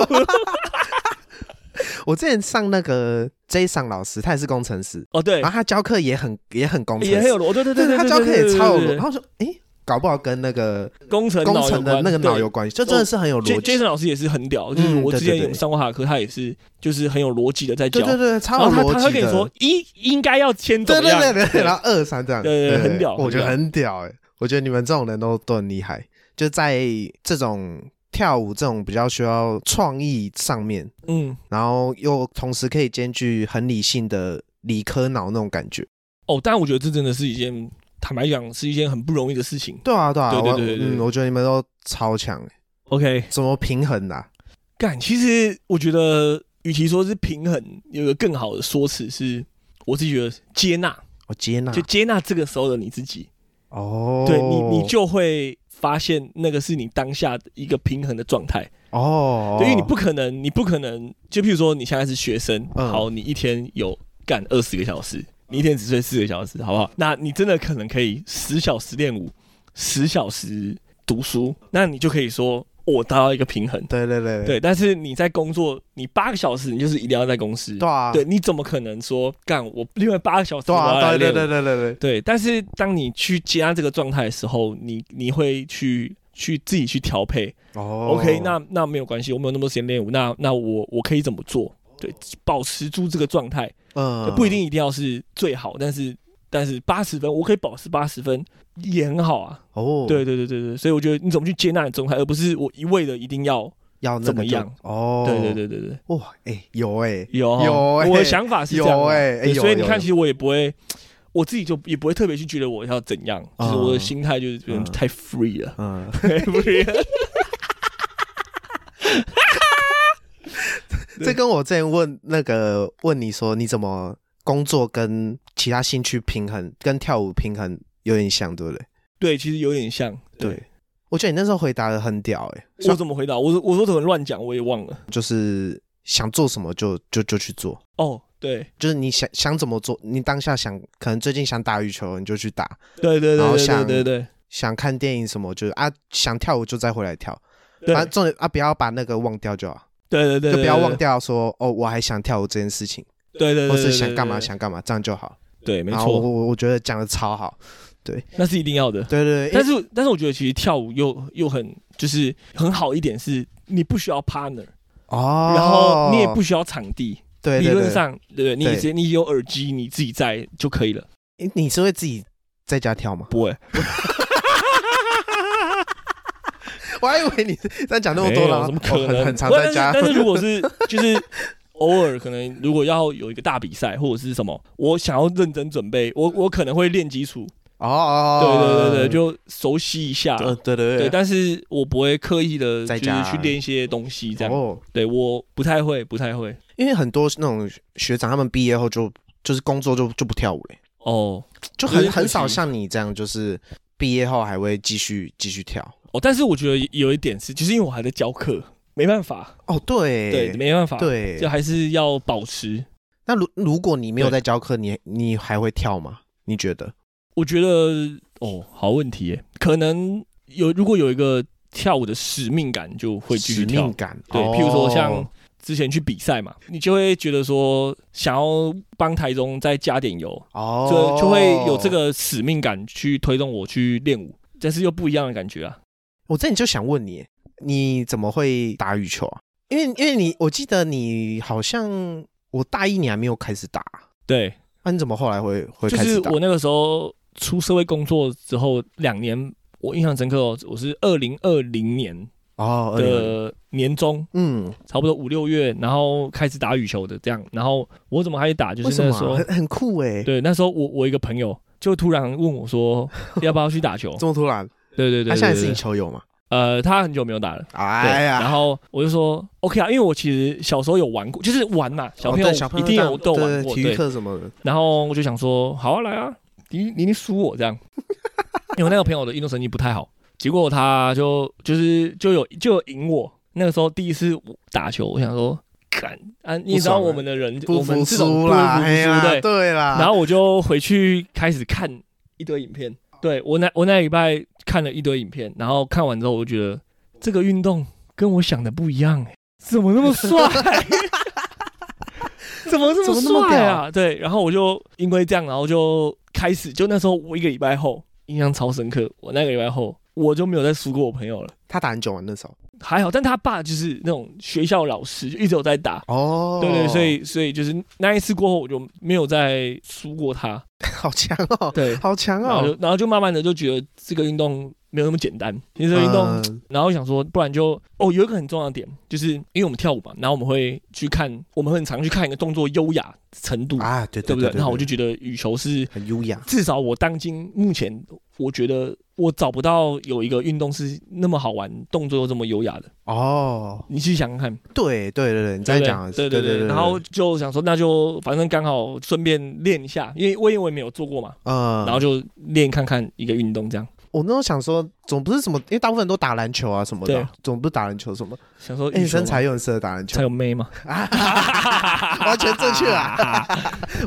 Speaker 3: 我之前上那个 J 上老师，他也是工程师，
Speaker 4: 哦，对
Speaker 3: 然，后他教课也很也啊很工程师，
Speaker 4: 也很有逻，对对
Speaker 3: 对
Speaker 4: 对，
Speaker 3: 他教课也超有逻，
Speaker 4: 对
Speaker 3: 然后说诶，搞不好跟那个
Speaker 4: 工程
Speaker 3: 工程的那个脑有
Speaker 4: 有关。
Speaker 3: 关系，就真的是很有
Speaker 4: 对
Speaker 3: 逻
Speaker 4: J-
Speaker 3: 辑。
Speaker 4: Jason 老师也是很屌，就是我
Speaker 3: 嗯对
Speaker 4: 之前
Speaker 3: 对对
Speaker 4: 有上过他的课，他也是就是很有逻辑的在教
Speaker 3: 对。对对，
Speaker 4: 然
Speaker 3: 超
Speaker 4: 后
Speaker 3: 有
Speaker 4: 他
Speaker 3: 逻
Speaker 4: 他会
Speaker 3: 辑
Speaker 4: 跟你
Speaker 3: 的
Speaker 4: 说。一应该要先 怎
Speaker 3: 对
Speaker 4: 么
Speaker 3: 对
Speaker 4: 样？
Speaker 3: 对对对，然后二三这样，
Speaker 4: 对对对很屌
Speaker 3: 我觉得
Speaker 4: 很
Speaker 3: 很屌哎，我觉得你们这种人都都很厉害，就在这种跳舞这种比较需要创意上面，
Speaker 4: 嗯，
Speaker 3: 然后又同时可以兼具很理性的理科脑那种感觉。
Speaker 4: 哦，但我觉得这真的是一件，坦白讲是一件很不容易的事情。
Speaker 3: 对啊，对啊，
Speaker 4: 对对
Speaker 3: 我
Speaker 4: 对对对
Speaker 3: 嗯，我觉得你们都超强，欸
Speaker 4: OK，
Speaker 3: 怎么平衡的、啊？
Speaker 4: 干，其实我觉得，与其说是平衡，有一个更好的说辞是，我自己觉得接纳，
Speaker 3: 我接纳
Speaker 4: 就接纳这个时候的你自己，
Speaker 3: 啊哦，
Speaker 4: 对你，你就会发现那个是你当下的一个平衡的状态。
Speaker 3: 哦，
Speaker 4: 对，因为你不可能，你不可能，就譬如说你现在是学生，
Speaker 3: 嗯
Speaker 4: 好，你一天有干二十个小时，你一天只睡四个小时，好不好？那你真的可能可以十小时练舞，十小时读书，那你就可以说我达到一个平衡。
Speaker 3: 对对对
Speaker 4: 对，但是你在工作，你八个小时，你就是一定要在公司。
Speaker 3: 对啊，
Speaker 4: 对，你怎么可能说干我另外八个小时
Speaker 3: 对
Speaker 4: 我要
Speaker 3: 啊，
Speaker 4: 来
Speaker 3: 对对
Speaker 4: 练舞？
Speaker 3: 对对对对，
Speaker 4: 对，但是当你去接纳这个状态的时候，你你会去去自己去调配。
Speaker 3: 哦
Speaker 4: OK，那那没有关系，我没有那么多时间练舞，那那我我可以怎么做？对，保持住这个状态，
Speaker 3: 嗯
Speaker 4: 不一定一定要是最好，但是但是八十分，我可以保持八十分也很好啊。
Speaker 3: 哦，
Speaker 4: 对对对对对，所以我觉得你怎么去接纳你的状态，而不是我一味的一定要。
Speaker 3: 要那个
Speaker 4: 怎么
Speaker 3: 就
Speaker 4: 样
Speaker 3: 哦，
Speaker 4: 对对对对对，
Speaker 3: 哇，哎有哎
Speaker 4: 有
Speaker 3: 有欸
Speaker 4: 我的想法是这样
Speaker 3: 有
Speaker 4: 啊
Speaker 3: 欸欸
Speaker 4: 对
Speaker 3: 有
Speaker 4: 所以你
Speaker 3: 有
Speaker 4: 看，
Speaker 3: 有
Speaker 4: 其实我也不会，我自己就也不会特别去觉得我要怎样，就是我的
Speaker 3: 嗯
Speaker 4: 心态就是觉得
Speaker 3: 嗯
Speaker 4: 太 free 了，
Speaker 3: 嗯，
Speaker 4: 太 free 了。
Speaker 3: 这跟我之前问那个问你说你怎么工作跟其他兴趣平衡，跟跳舞平衡有点像，对不对？
Speaker 4: 对，其实有点像。对，
Speaker 3: 对，我觉得你那时候回答的很屌哎，
Speaker 4: 我怎么回答？我说我说怎么乱讲，我也忘了。
Speaker 3: 就是想做什么就就就去做。
Speaker 4: 哦，对
Speaker 3: 就是你想想怎么做，你当下想，可能最近想打羽球，你就去打；
Speaker 4: 对对对
Speaker 3: 然后
Speaker 4: 对对
Speaker 3: 像
Speaker 4: 对对
Speaker 3: 想看电影什么，就是啊，想跳舞就再回来跳。
Speaker 4: 对
Speaker 3: 反正重点啊，不要把那个忘掉就好，
Speaker 4: 对对对，
Speaker 3: 就不要
Speaker 4: 对
Speaker 3: 忘。掉说哦，我还想跳舞这件事情，
Speaker 4: 对对对，
Speaker 3: 或
Speaker 4: 对
Speaker 3: 是想干嘛？
Speaker 4: 对
Speaker 3: 想干嘛，这样就好。
Speaker 4: 对，没
Speaker 3: 然后我
Speaker 4: 错，
Speaker 3: 我我觉得讲的超好，
Speaker 4: 那是一定要的。
Speaker 3: 对对对，
Speaker 4: 但
Speaker 3: 是
Speaker 4: 是但是，我觉得其实跳舞又又很就是很好一点是，你不需要 partner，
Speaker 3: 哦，
Speaker 4: 然后你也不需要场地。
Speaker 3: 对
Speaker 4: 理
Speaker 3: 对
Speaker 4: 论
Speaker 3: 对，
Speaker 4: 上，对不
Speaker 3: 对
Speaker 4: 对？你直接你有耳机，你自己在就可以了，
Speaker 3: 诶你是会自己在家跳吗？
Speaker 4: 不会。
Speaker 3: 我还以为你这样讲那么多
Speaker 4: 没有
Speaker 3: 了，
Speaker 4: 怎么
Speaker 3: 哦
Speaker 4: 可能？
Speaker 3: 很很常
Speaker 4: 不
Speaker 3: 在家
Speaker 4: 但是但是如果是就是偶尔可能，如果要有一个大比赛或者是什么，我想要认真准备，我我可能会练基础，
Speaker 3: 哦哦，
Speaker 4: 对
Speaker 3: 哦
Speaker 4: 对对对，就熟悉一下。
Speaker 3: 呃对对
Speaker 4: 对，但是我不会刻意的，就
Speaker 3: 在
Speaker 4: 是
Speaker 3: 家
Speaker 4: 去练一些东西这样。
Speaker 3: 哦，
Speaker 4: 对，我不太会，不太会。
Speaker 3: 因为很多那种学长，他们毕业后就就是工作就就不跳舞了，
Speaker 4: 哦
Speaker 3: 就
Speaker 4: 有
Speaker 3: 很
Speaker 4: 点可惜
Speaker 3: 很少像你这样，就是毕业后还会继续继续跳。
Speaker 4: 哦，但是我觉得有一点是，就是因为我还在教课，没办法，
Speaker 3: 哦，对
Speaker 4: 对，没办法，，就
Speaker 3: 对。
Speaker 4: 还是要保持。
Speaker 3: 那如如果你没有在教课，你你还会跳吗？你觉得？
Speaker 4: 我觉得哦，好问题耶，可能有如果有一个跳舞的使命感，就会继续
Speaker 3: 使
Speaker 4: 跳
Speaker 3: 命。感，
Speaker 4: 对，
Speaker 3: 哦
Speaker 4: 譬如说像之前去比赛嘛，你就会觉得说想要帮台中再加点油，
Speaker 3: 哦，
Speaker 4: 就就会有这。个使命感去推动我去练舞，但是又不一样的感觉啊。
Speaker 3: 我这里就想问你，你怎么会打羽球啊？因为因为你，我记得你好像我大一你还没有开始打，
Speaker 4: 对，
Speaker 3: 那、你怎么后来会会
Speaker 4: 就
Speaker 3: 开始
Speaker 4: 是
Speaker 3: 打？
Speaker 4: 我那个时候出社会工作之后两年，我印象深刻哦，我是二零二零年
Speaker 3: 哦，2020
Speaker 4: 的年中，
Speaker 3: 嗯，
Speaker 4: 差不多五六月，然后开始打羽球的这样。然后我怎么开始打，就
Speaker 3: 为
Speaker 4: 是
Speaker 3: 什
Speaker 4: 那
Speaker 3: 么
Speaker 4: 时候
Speaker 3: 啊、，很很酷哎、
Speaker 4: 对，那时候我我一个朋友就突然问 我说，要不要去打球？
Speaker 3: 这么突然？
Speaker 4: 对对对
Speaker 3: 他现在
Speaker 4: 对
Speaker 3: 是
Speaker 4: 对
Speaker 3: 你球友嘛？
Speaker 4: 呃，他很久没有打了。对
Speaker 3: 哎
Speaker 4: 然
Speaker 3: 呀，
Speaker 4: 后我就说 OK 啊，因为我其实小时候有玩过，就是玩嘛，小朋友
Speaker 3: 哦对小朋
Speaker 4: 一
Speaker 3: 友
Speaker 4: 定
Speaker 3: 这
Speaker 4: 有
Speaker 3: 样
Speaker 4: 都有玩
Speaker 3: 对
Speaker 4: 过，
Speaker 3: 体育
Speaker 4: 对。
Speaker 3: 课什么的，
Speaker 4: 然后我就想说，好啊，来啊，你你你输我这样， 因为我那个朋友的运动神经不太好，结果他就就是就有就有赢我。那个时候第一次打球，我想说，干啊，你也知道
Speaker 3: 不爽啊
Speaker 4: 我们的人，我
Speaker 3: 不
Speaker 4: 们
Speaker 3: 服
Speaker 4: 这
Speaker 3: 输
Speaker 4: 种不
Speaker 3: 啦，
Speaker 4: 服
Speaker 3: 哎
Speaker 4: 输
Speaker 3: 呀，
Speaker 4: 对。
Speaker 3: 对啦，
Speaker 4: 然后我就回去开始看一堆影片，对我那我那礼拜看了一堆影片，然后看完之后，我就觉得这个运动跟我想的不一样、欸，怎么那 么帅？怎么这
Speaker 3: 怎么那么
Speaker 4: 帅啊？对，然后我就因为这样，然后就开始，就那时候我一个礼拜后印象超深刻，我那个礼拜后我就没有再输过我朋友了，
Speaker 3: 他打很久嘛那时候，
Speaker 4: 还好，但他爸就是那种学校老师，就一直有在打，
Speaker 3: 哦，
Speaker 4: 对对，所以所以就是那一次过后，我就没有再输过他。
Speaker 3: 好强哦，
Speaker 4: 对，
Speaker 3: 好强
Speaker 4: 然后
Speaker 3: 哦，
Speaker 4: 就然后就慢慢的就觉得这个运动没有那么简单，其实这个运动，
Speaker 3: 嗯
Speaker 4: 然后想说，不然就哦，有一个很重要的点，就是因为我们跳舞嘛，然后我们会去看，我们很常去看一个动作优雅程度，
Speaker 3: 啊，对
Speaker 4: 嗯对不
Speaker 3: 对？
Speaker 4: 然后我就觉得羽球是
Speaker 3: 很优雅，
Speaker 4: 至少我当今目前我觉得我找不到有一个运动是那么好玩，动作又这么优雅的。
Speaker 3: 哦，
Speaker 4: 你去想想看，
Speaker 3: 对对对对，你在
Speaker 4: 对不对
Speaker 3: 讲的是，
Speaker 4: 对对
Speaker 3: 对
Speaker 4: 然后就想说，那就反正刚好顺便练一下，因为我因为我也没有做过嘛，
Speaker 3: 嗯，
Speaker 4: 然后就练看看一个运动这样。
Speaker 3: 我那时候想说，总不是什么，因为大部分都打篮球啊什么的
Speaker 4: 对
Speaker 3: 啊，总不是打篮球什么，
Speaker 4: 想说，
Speaker 3: 哎，你身材又很适合打篮
Speaker 4: 才
Speaker 3: 球，
Speaker 4: 有妹嘛，
Speaker 3: 完全正确 啊，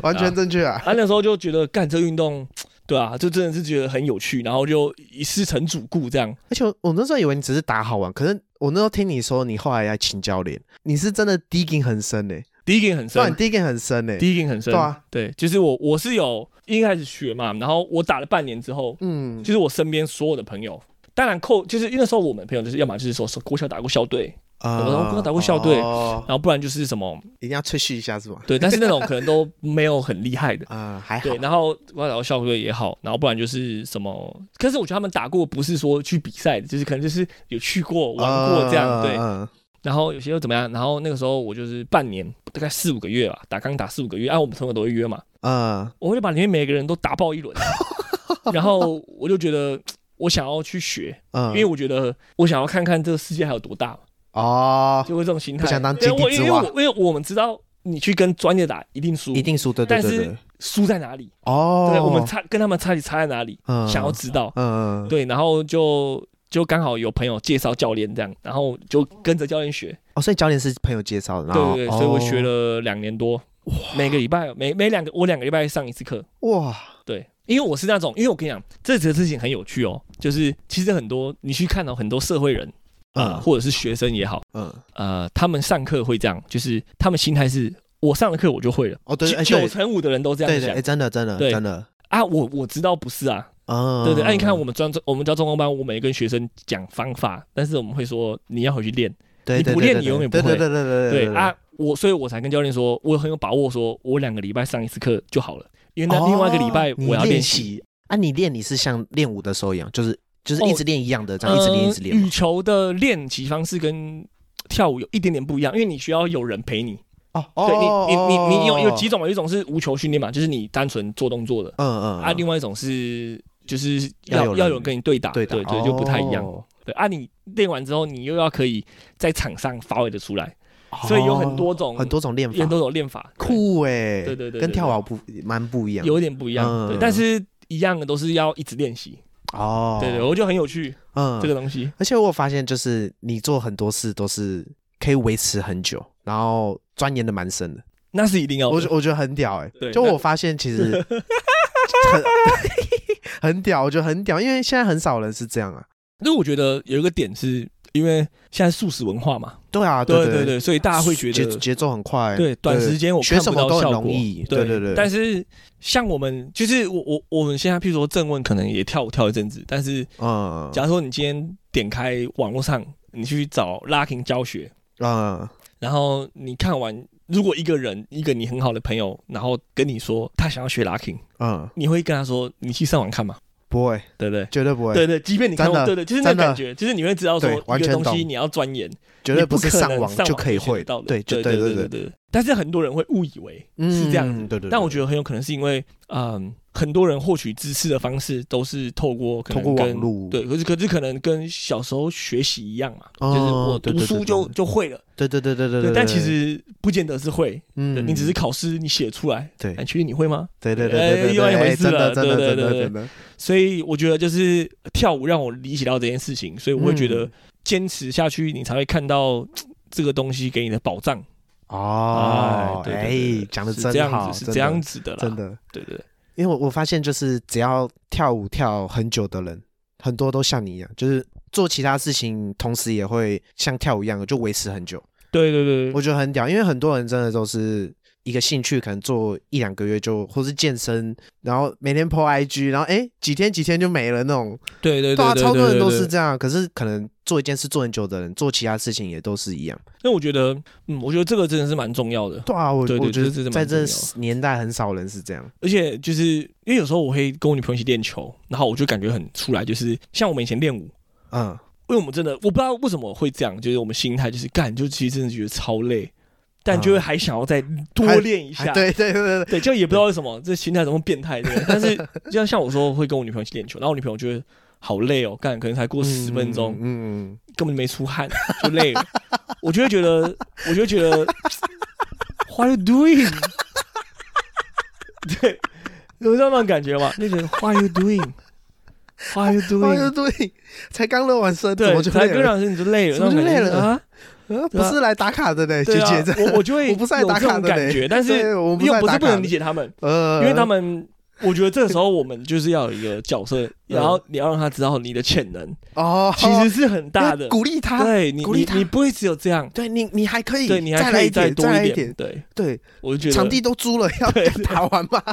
Speaker 3: 完全正确啊，
Speaker 4: 啊，那时候就觉得干这运动，对啊，就真的是觉得很有趣，然后就一试成主顾这样。
Speaker 3: 而且我那时候以为你只是打好玩，可是我那时候听你说你后来要请教练，你是真的 digging 很深呢、欸，
Speaker 4: 第一个很
Speaker 3: 对啊，你
Speaker 4: 深，
Speaker 3: digging 很深呢、欸。
Speaker 4: 第一个很深，
Speaker 3: 对啊，
Speaker 4: 对，就是我我是有一开始学嘛，然后我打了半年之后，
Speaker 3: 嗯，
Speaker 4: 就是我身边所有的朋友。当然扣就是因为那时候我们朋友就是要么就是说说国小打过校队，
Speaker 3: 啊
Speaker 4: 我刚刚打过校队
Speaker 3: 哦
Speaker 4: 然后不然就是什么
Speaker 3: 一定要吹嘘一下是吗？
Speaker 4: 对，但是那种可能都没有很厉害的，
Speaker 3: 啊、 还好
Speaker 4: 对，，然后国小打过校队也好，然后不然就是什么，可是我觉得他们打过不是说去比赛的，就是可能就是有去过玩过这样，对，
Speaker 3: 嗯
Speaker 4: 然后有些又怎么样？然后那个时候我就是半年，大概四五个月吧，打刚打四五个月，啊，我们朋友都会约嘛，
Speaker 3: 嗯
Speaker 4: 我会把里面每个人都打爆 一轮，然后我就觉得我想要去学，
Speaker 3: 嗯，
Speaker 4: 因为我觉得我想要看看这个世界还有多大，
Speaker 3: 哦，
Speaker 4: 就会这种心态。
Speaker 3: 不想当
Speaker 4: 因为
Speaker 3: 井
Speaker 4: 我因
Speaker 3: 底之
Speaker 4: 为
Speaker 3: 蛙
Speaker 4: 我因为我们知道你去跟专业打一定输，
Speaker 3: 一定输，对对对
Speaker 4: 但
Speaker 3: 对
Speaker 4: 是，输在哪里，
Speaker 3: 哦，
Speaker 4: 对，我们差跟他们差距差在哪里，
Speaker 3: 嗯
Speaker 4: 想要知道，
Speaker 3: 嗯，
Speaker 4: 对，然后就就刚好有朋友介绍教练这样，然后就跟着教练学，
Speaker 3: 哦，所以教练是朋友介绍的，然
Speaker 4: 对
Speaker 3: 后
Speaker 4: 对对，所以我学
Speaker 3: 哦
Speaker 4: 了两年多，每个礼拜每每两个我两个礼拜上一次课，
Speaker 3: 哇，
Speaker 4: 对，因为我是那种，因为我跟你讲，这件事情很有趣哦，就是其实很多你去看到、很多社会人啊、呃
Speaker 3: 嗯
Speaker 4: 或者是学生也好，
Speaker 3: 嗯，
Speaker 4: 呃，他们上课会这样，就是他们心态是我上了课我就会了，
Speaker 3: 哦对，
Speaker 4: 九
Speaker 3: 哎
Speaker 4: 九
Speaker 3: 对
Speaker 4: 成五的人都这
Speaker 3: 对
Speaker 4: 样
Speaker 3: 对，
Speaker 4: 想
Speaker 3: 哎真的真的
Speaker 4: 对
Speaker 3: 真的，
Speaker 4: 啊，我我知道不是啊，
Speaker 3: 嗯，
Speaker 4: 对对，哎，你看我们专我们教中工班，我们也跟学生讲方法，但是我们会说你要回去练，
Speaker 3: 对，
Speaker 4: 你
Speaker 3: 对
Speaker 4: 不
Speaker 3: 对
Speaker 4: 练
Speaker 3: 对
Speaker 4: 你
Speaker 3: 对
Speaker 4: 永远
Speaker 3: 对
Speaker 4: 不
Speaker 3: 对
Speaker 4: 会
Speaker 3: 对对
Speaker 4: 对啊，我所以我才跟教练说，我很有把握说，我两个礼拜上一次课就好了，因为那另外一个礼拜
Speaker 3: 哦
Speaker 4: 我要
Speaker 3: 你
Speaker 4: 练
Speaker 3: 练
Speaker 4: 习。
Speaker 3: 习啊，你练你是像练舞的时候一样，就是就是一
Speaker 4: 哦
Speaker 3: 直练一样的，这
Speaker 4: 呃，
Speaker 3: 样一直练一直练
Speaker 4: 羽
Speaker 3: 吗。
Speaker 4: 球的练习方式跟跳舞有一点点不一样，因为你需要有人陪你。
Speaker 3: 哦
Speaker 4: 嗯对你，你你你有有几
Speaker 3: 种
Speaker 4: 种嘛？有一种是无球训练嘛，就是你单纯做动作的；
Speaker 3: 嗯嗯
Speaker 4: 啊，
Speaker 3: 嗯
Speaker 4: 另外一种是就是
Speaker 3: 要
Speaker 4: 要
Speaker 3: 有人
Speaker 4: 要有人跟你对打，
Speaker 3: 对
Speaker 4: 对对，就不太一样。
Speaker 3: 哦
Speaker 4: 对啊，你练完之后，你又要可以在场上发挥的出来，所以有很多种
Speaker 3: 哦很多种练
Speaker 4: 有很
Speaker 3: 法，
Speaker 4: 多种练法，对，
Speaker 3: 酷哎，
Speaker 4: 对对对对
Speaker 3: 跟跳舞不蛮不一样
Speaker 4: 有一点不一样，
Speaker 3: 嗯
Speaker 4: 对，但是一样的都是要一直练习。
Speaker 3: 哦，
Speaker 4: 对对，我觉得很有趣
Speaker 3: 嗯
Speaker 4: 这个东西。
Speaker 3: 而且我有发现就是你做很多事都是可以维持很久，然后钻研的蛮深的，
Speaker 4: 那是一定要的，
Speaker 3: 我觉我觉得很屌哎、
Speaker 4: 哦对
Speaker 3: 就
Speaker 4: 那
Speaker 3: 我发现 其实很 很屌，我觉得很屌，因为现在很少人是这样啊。
Speaker 4: 因为我觉得有一个点是因为现在素食文化嘛，
Speaker 3: 对啊，
Speaker 4: 对
Speaker 3: 对
Speaker 4: 对对，所以大家会觉
Speaker 3: 节
Speaker 4: 得
Speaker 3: 节奏很快，
Speaker 4: 对短时间我
Speaker 3: 学
Speaker 4: 看
Speaker 3: 什
Speaker 4: 不
Speaker 3: 么
Speaker 4: 到
Speaker 3: 都很
Speaker 4: 效
Speaker 3: 容
Speaker 4: 果，
Speaker 3: 易，
Speaker 4: 对
Speaker 3: 对对。
Speaker 4: 但
Speaker 3: 是
Speaker 4: 是像我们就是我我我们现在譬如说正问可能也跳舞跳一阵子，但是
Speaker 3: 嗯
Speaker 4: 假如说你今天点开网络上你去找 locking 教学，
Speaker 3: 嗯
Speaker 4: 然后你看完。如果一个人，一个你很好的朋友，然后跟你说他想要学 locking，
Speaker 3: 嗯，
Speaker 4: 你会跟他说你去上网看嘛，
Speaker 3: 不会，
Speaker 4: 对不对？
Speaker 3: 绝对不会，
Speaker 4: 对对，即便你看
Speaker 3: 真的
Speaker 4: 过，对对，就是那
Speaker 3: 真
Speaker 4: 个
Speaker 3: 的
Speaker 4: 感觉，就是你会知道说
Speaker 3: 对完
Speaker 4: 一个
Speaker 3: 全
Speaker 4: 东西
Speaker 3: 懂
Speaker 4: 你要钻研，
Speaker 3: 绝对
Speaker 4: 你不
Speaker 3: 是
Speaker 4: 可
Speaker 3: 上
Speaker 4: 能
Speaker 3: 网就可以
Speaker 4: 学
Speaker 3: 会
Speaker 4: 得到的
Speaker 3: 对，就
Speaker 4: 对
Speaker 3: 对
Speaker 4: 对
Speaker 3: 对，
Speaker 4: 对。但是很多人会误以为是这样子
Speaker 3: 嗯对对。
Speaker 4: 但我
Speaker 3: 得
Speaker 4: 觉得很有可能是因为，嗯，很多人获取知识的方式都是透过可能
Speaker 3: 通过
Speaker 4: 跟
Speaker 3: 网络
Speaker 4: 对，可是可是可能跟小时候学习一样嘛，
Speaker 3: 哦
Speaker 4: 就是我
Speaker 3: 对
Speaker 4: 读
Speaker 3: 对对
Speaker 4: 书
Speaker 3: 对
Speaker 4: 就
Speaker 3: 对
Speaker 4: 就会了，
Speaker 3: 对对对对对
Speaker 4: 对
Speaker 3: 对，
Speaker 4: 但其实不见得是会，对
Speaker 3: 嗯
Speaker 4: 你只是考试你写出来，
Speaker 3: 对
Speaker 4: 哎你确定你会吗？
Speaker 3: 对对对
Speaker 4: 哎
Speaker 3: 对对，
Speaker 4: 另外一
Speaker 3: 对
Speaker 4: 回事
Speaker 3: 真的
Speaker 4: 了
Speaker 3: 真的
Speaker 4: 对
Speaker 3: 真
Speaker 4: 对
Speaker 3: 的
Speaker 4: 对
Speaker 3: 真的，
Speaker 4: 所以我觉得就是跳舞让我理解到这件事情，所以我会觉得
Speaker 3: 嗯
Speaker 4: 坚持下去，你才会看到这个东西给你的保障。
Speaker 3: 哦，
Speaker 4: 对对对
Speaker 3: 哎
Speaker 4: 对，
Speaker 3: 讲的
Speaker 4: 是
Speaker 3: 真
Speaker 4: 这
Speaker 3: 好，
Speaker 4: 样子，是这样
Speaker 3: 子，
Speaker 4: 子的啦，
Speaker 3: 真，的。
Speaker 4: 对对对
Speaker 3: 因为我我发现，就是只要跳舞跳很久的人，很多都像你一样，就是做其他事情，同时也会像跳舞一样，就维持很久。
Speaker 4: 对对对，
Speaker 3: 我觉得很屌，因为很多人真的都是一个兴趣，可能做一两个月就，或是健身，然后每天 po IG，然后哎几天几天就没了那种。
Speaker 4: 对对
Speaker 3: 对啊，
Speaker 4: 对，
Speaker 3: 超多人都是
Speaker 4: 样。
Speaker 3: 这样。可是可能做一件事做很久的人，做其他事情也都是一样。
Speaker 4: 那我觉得，嗯，我觉得这个真的是蛮重要的，
Speaker 3: 对啊，我
Speaker 4: 对对
Speaker 3: 我觉得
Speaker 4: 这这蛮
Speaker 3: 在这
Speaker 4: 重要
Speaker 3: 年代很少人是这样。
Speaker 4: 而且就是因为有时候我会跟我女朋友一起练球，然后我就感觉很出来，就是像我们以前练舞。
Speaker 3: 嗯，
Speaker 4: 因为我们真的，我不知道为什么会这样，就是我们心态就是干，就其实真的觉得超累，但
Speaker 3: 嗯
Speaker 4: 就会还想要再多
Speaker 3: 还
Speaker 4: 练一下。
Speaker 3: 对对对对，
Speaker 4: 对，就也不知道为什么这心态怎么变态的。但是就像像我说会跟我女朋友去练球，然后我女朋友觉得好累哦，干可能才过十分钟，
Speaker 3: 嗯，嗯
Speaker 4: 根本就没出汗，就累了。我就会觉得，我就会觉得，What are you doing？对，有这样那种感觉吗？那个 What are you doing？What are you
Speaker 3: 嗯哦
Speaker 4: doing？
Speaker 3: 对，才刚热完身，怎
Speaker 4: 对，
Speaker 3: 么就
Speaker 4: 才
Speaker 3: 累
Speaker 4: 跟
Speaker 3: 了？
Speaker 4: 老师你就累了，
Speaker 3: 怎么就
Speaker 4: 那种感
Speaker 3: 累
Speaker 4: 觉
Speaker 3: 了哎
Speaker 4: 啊？
Speaker 3: 呃
Speaker 4: 对
Speaker 3: 不
Speaker 4: 啊
Speaker 3: 是来打卡的呢，姐
Speaker 4: 对
Speaker 3: 姐
Speaker 4: 啊
Speaker 3: 这，，
Speaker 4: 我我就会
Speaker 3: 我不是来打
Speaker 4: 有这
Speaker 3: 卡
Speaker 4: 种
Speaker 3: 的嘞
Speaker 4: 感觉，但是
Speaker 3: 对我不是
Speaker 4: 因为
Speaker 3: 来
Speaker 4: 我不
Speaker 3: 打
Speaker 4: 是不
Speaker 3: 卡
Speaker 4: 能
Speaker 3: 的
Speaker 4: 理，解他们，
Speaker 3: 呃，
Speaker 4: 因为他们，我觉得这个时候我们就是要有一个角色，
Speaker 3: 嗯
Speaker 4: 然后你要让他知道你的潜能
Speaker 3: 哦，
Speaker 4: 其实是很大的
Speaker 3: 要，鼓励他，
Speaker 4: 对你
Speaker 3: 鼓励
Speaker 4: 你
Speaker 3: 他
Speaker 4: 你不会只有这样，
Speaker 3: 对你你还可以，
Speaker 4: 对你
Speaker 3: 再
Speaker 4: 还可
Speaker 3: 来
Speaker 4: 以再
Speaker 3: 点，
Speaker 4: 多
Speaker 3: 再来
Speaker 4: 一
Speaker 3: 点，
Speaker 4: 对
Speaker 3: 对，
Speaker 4: 我就觉得
Speaker 3: 场地都租了，要
Speaker 4: 对
Speaker 3: 打完吧，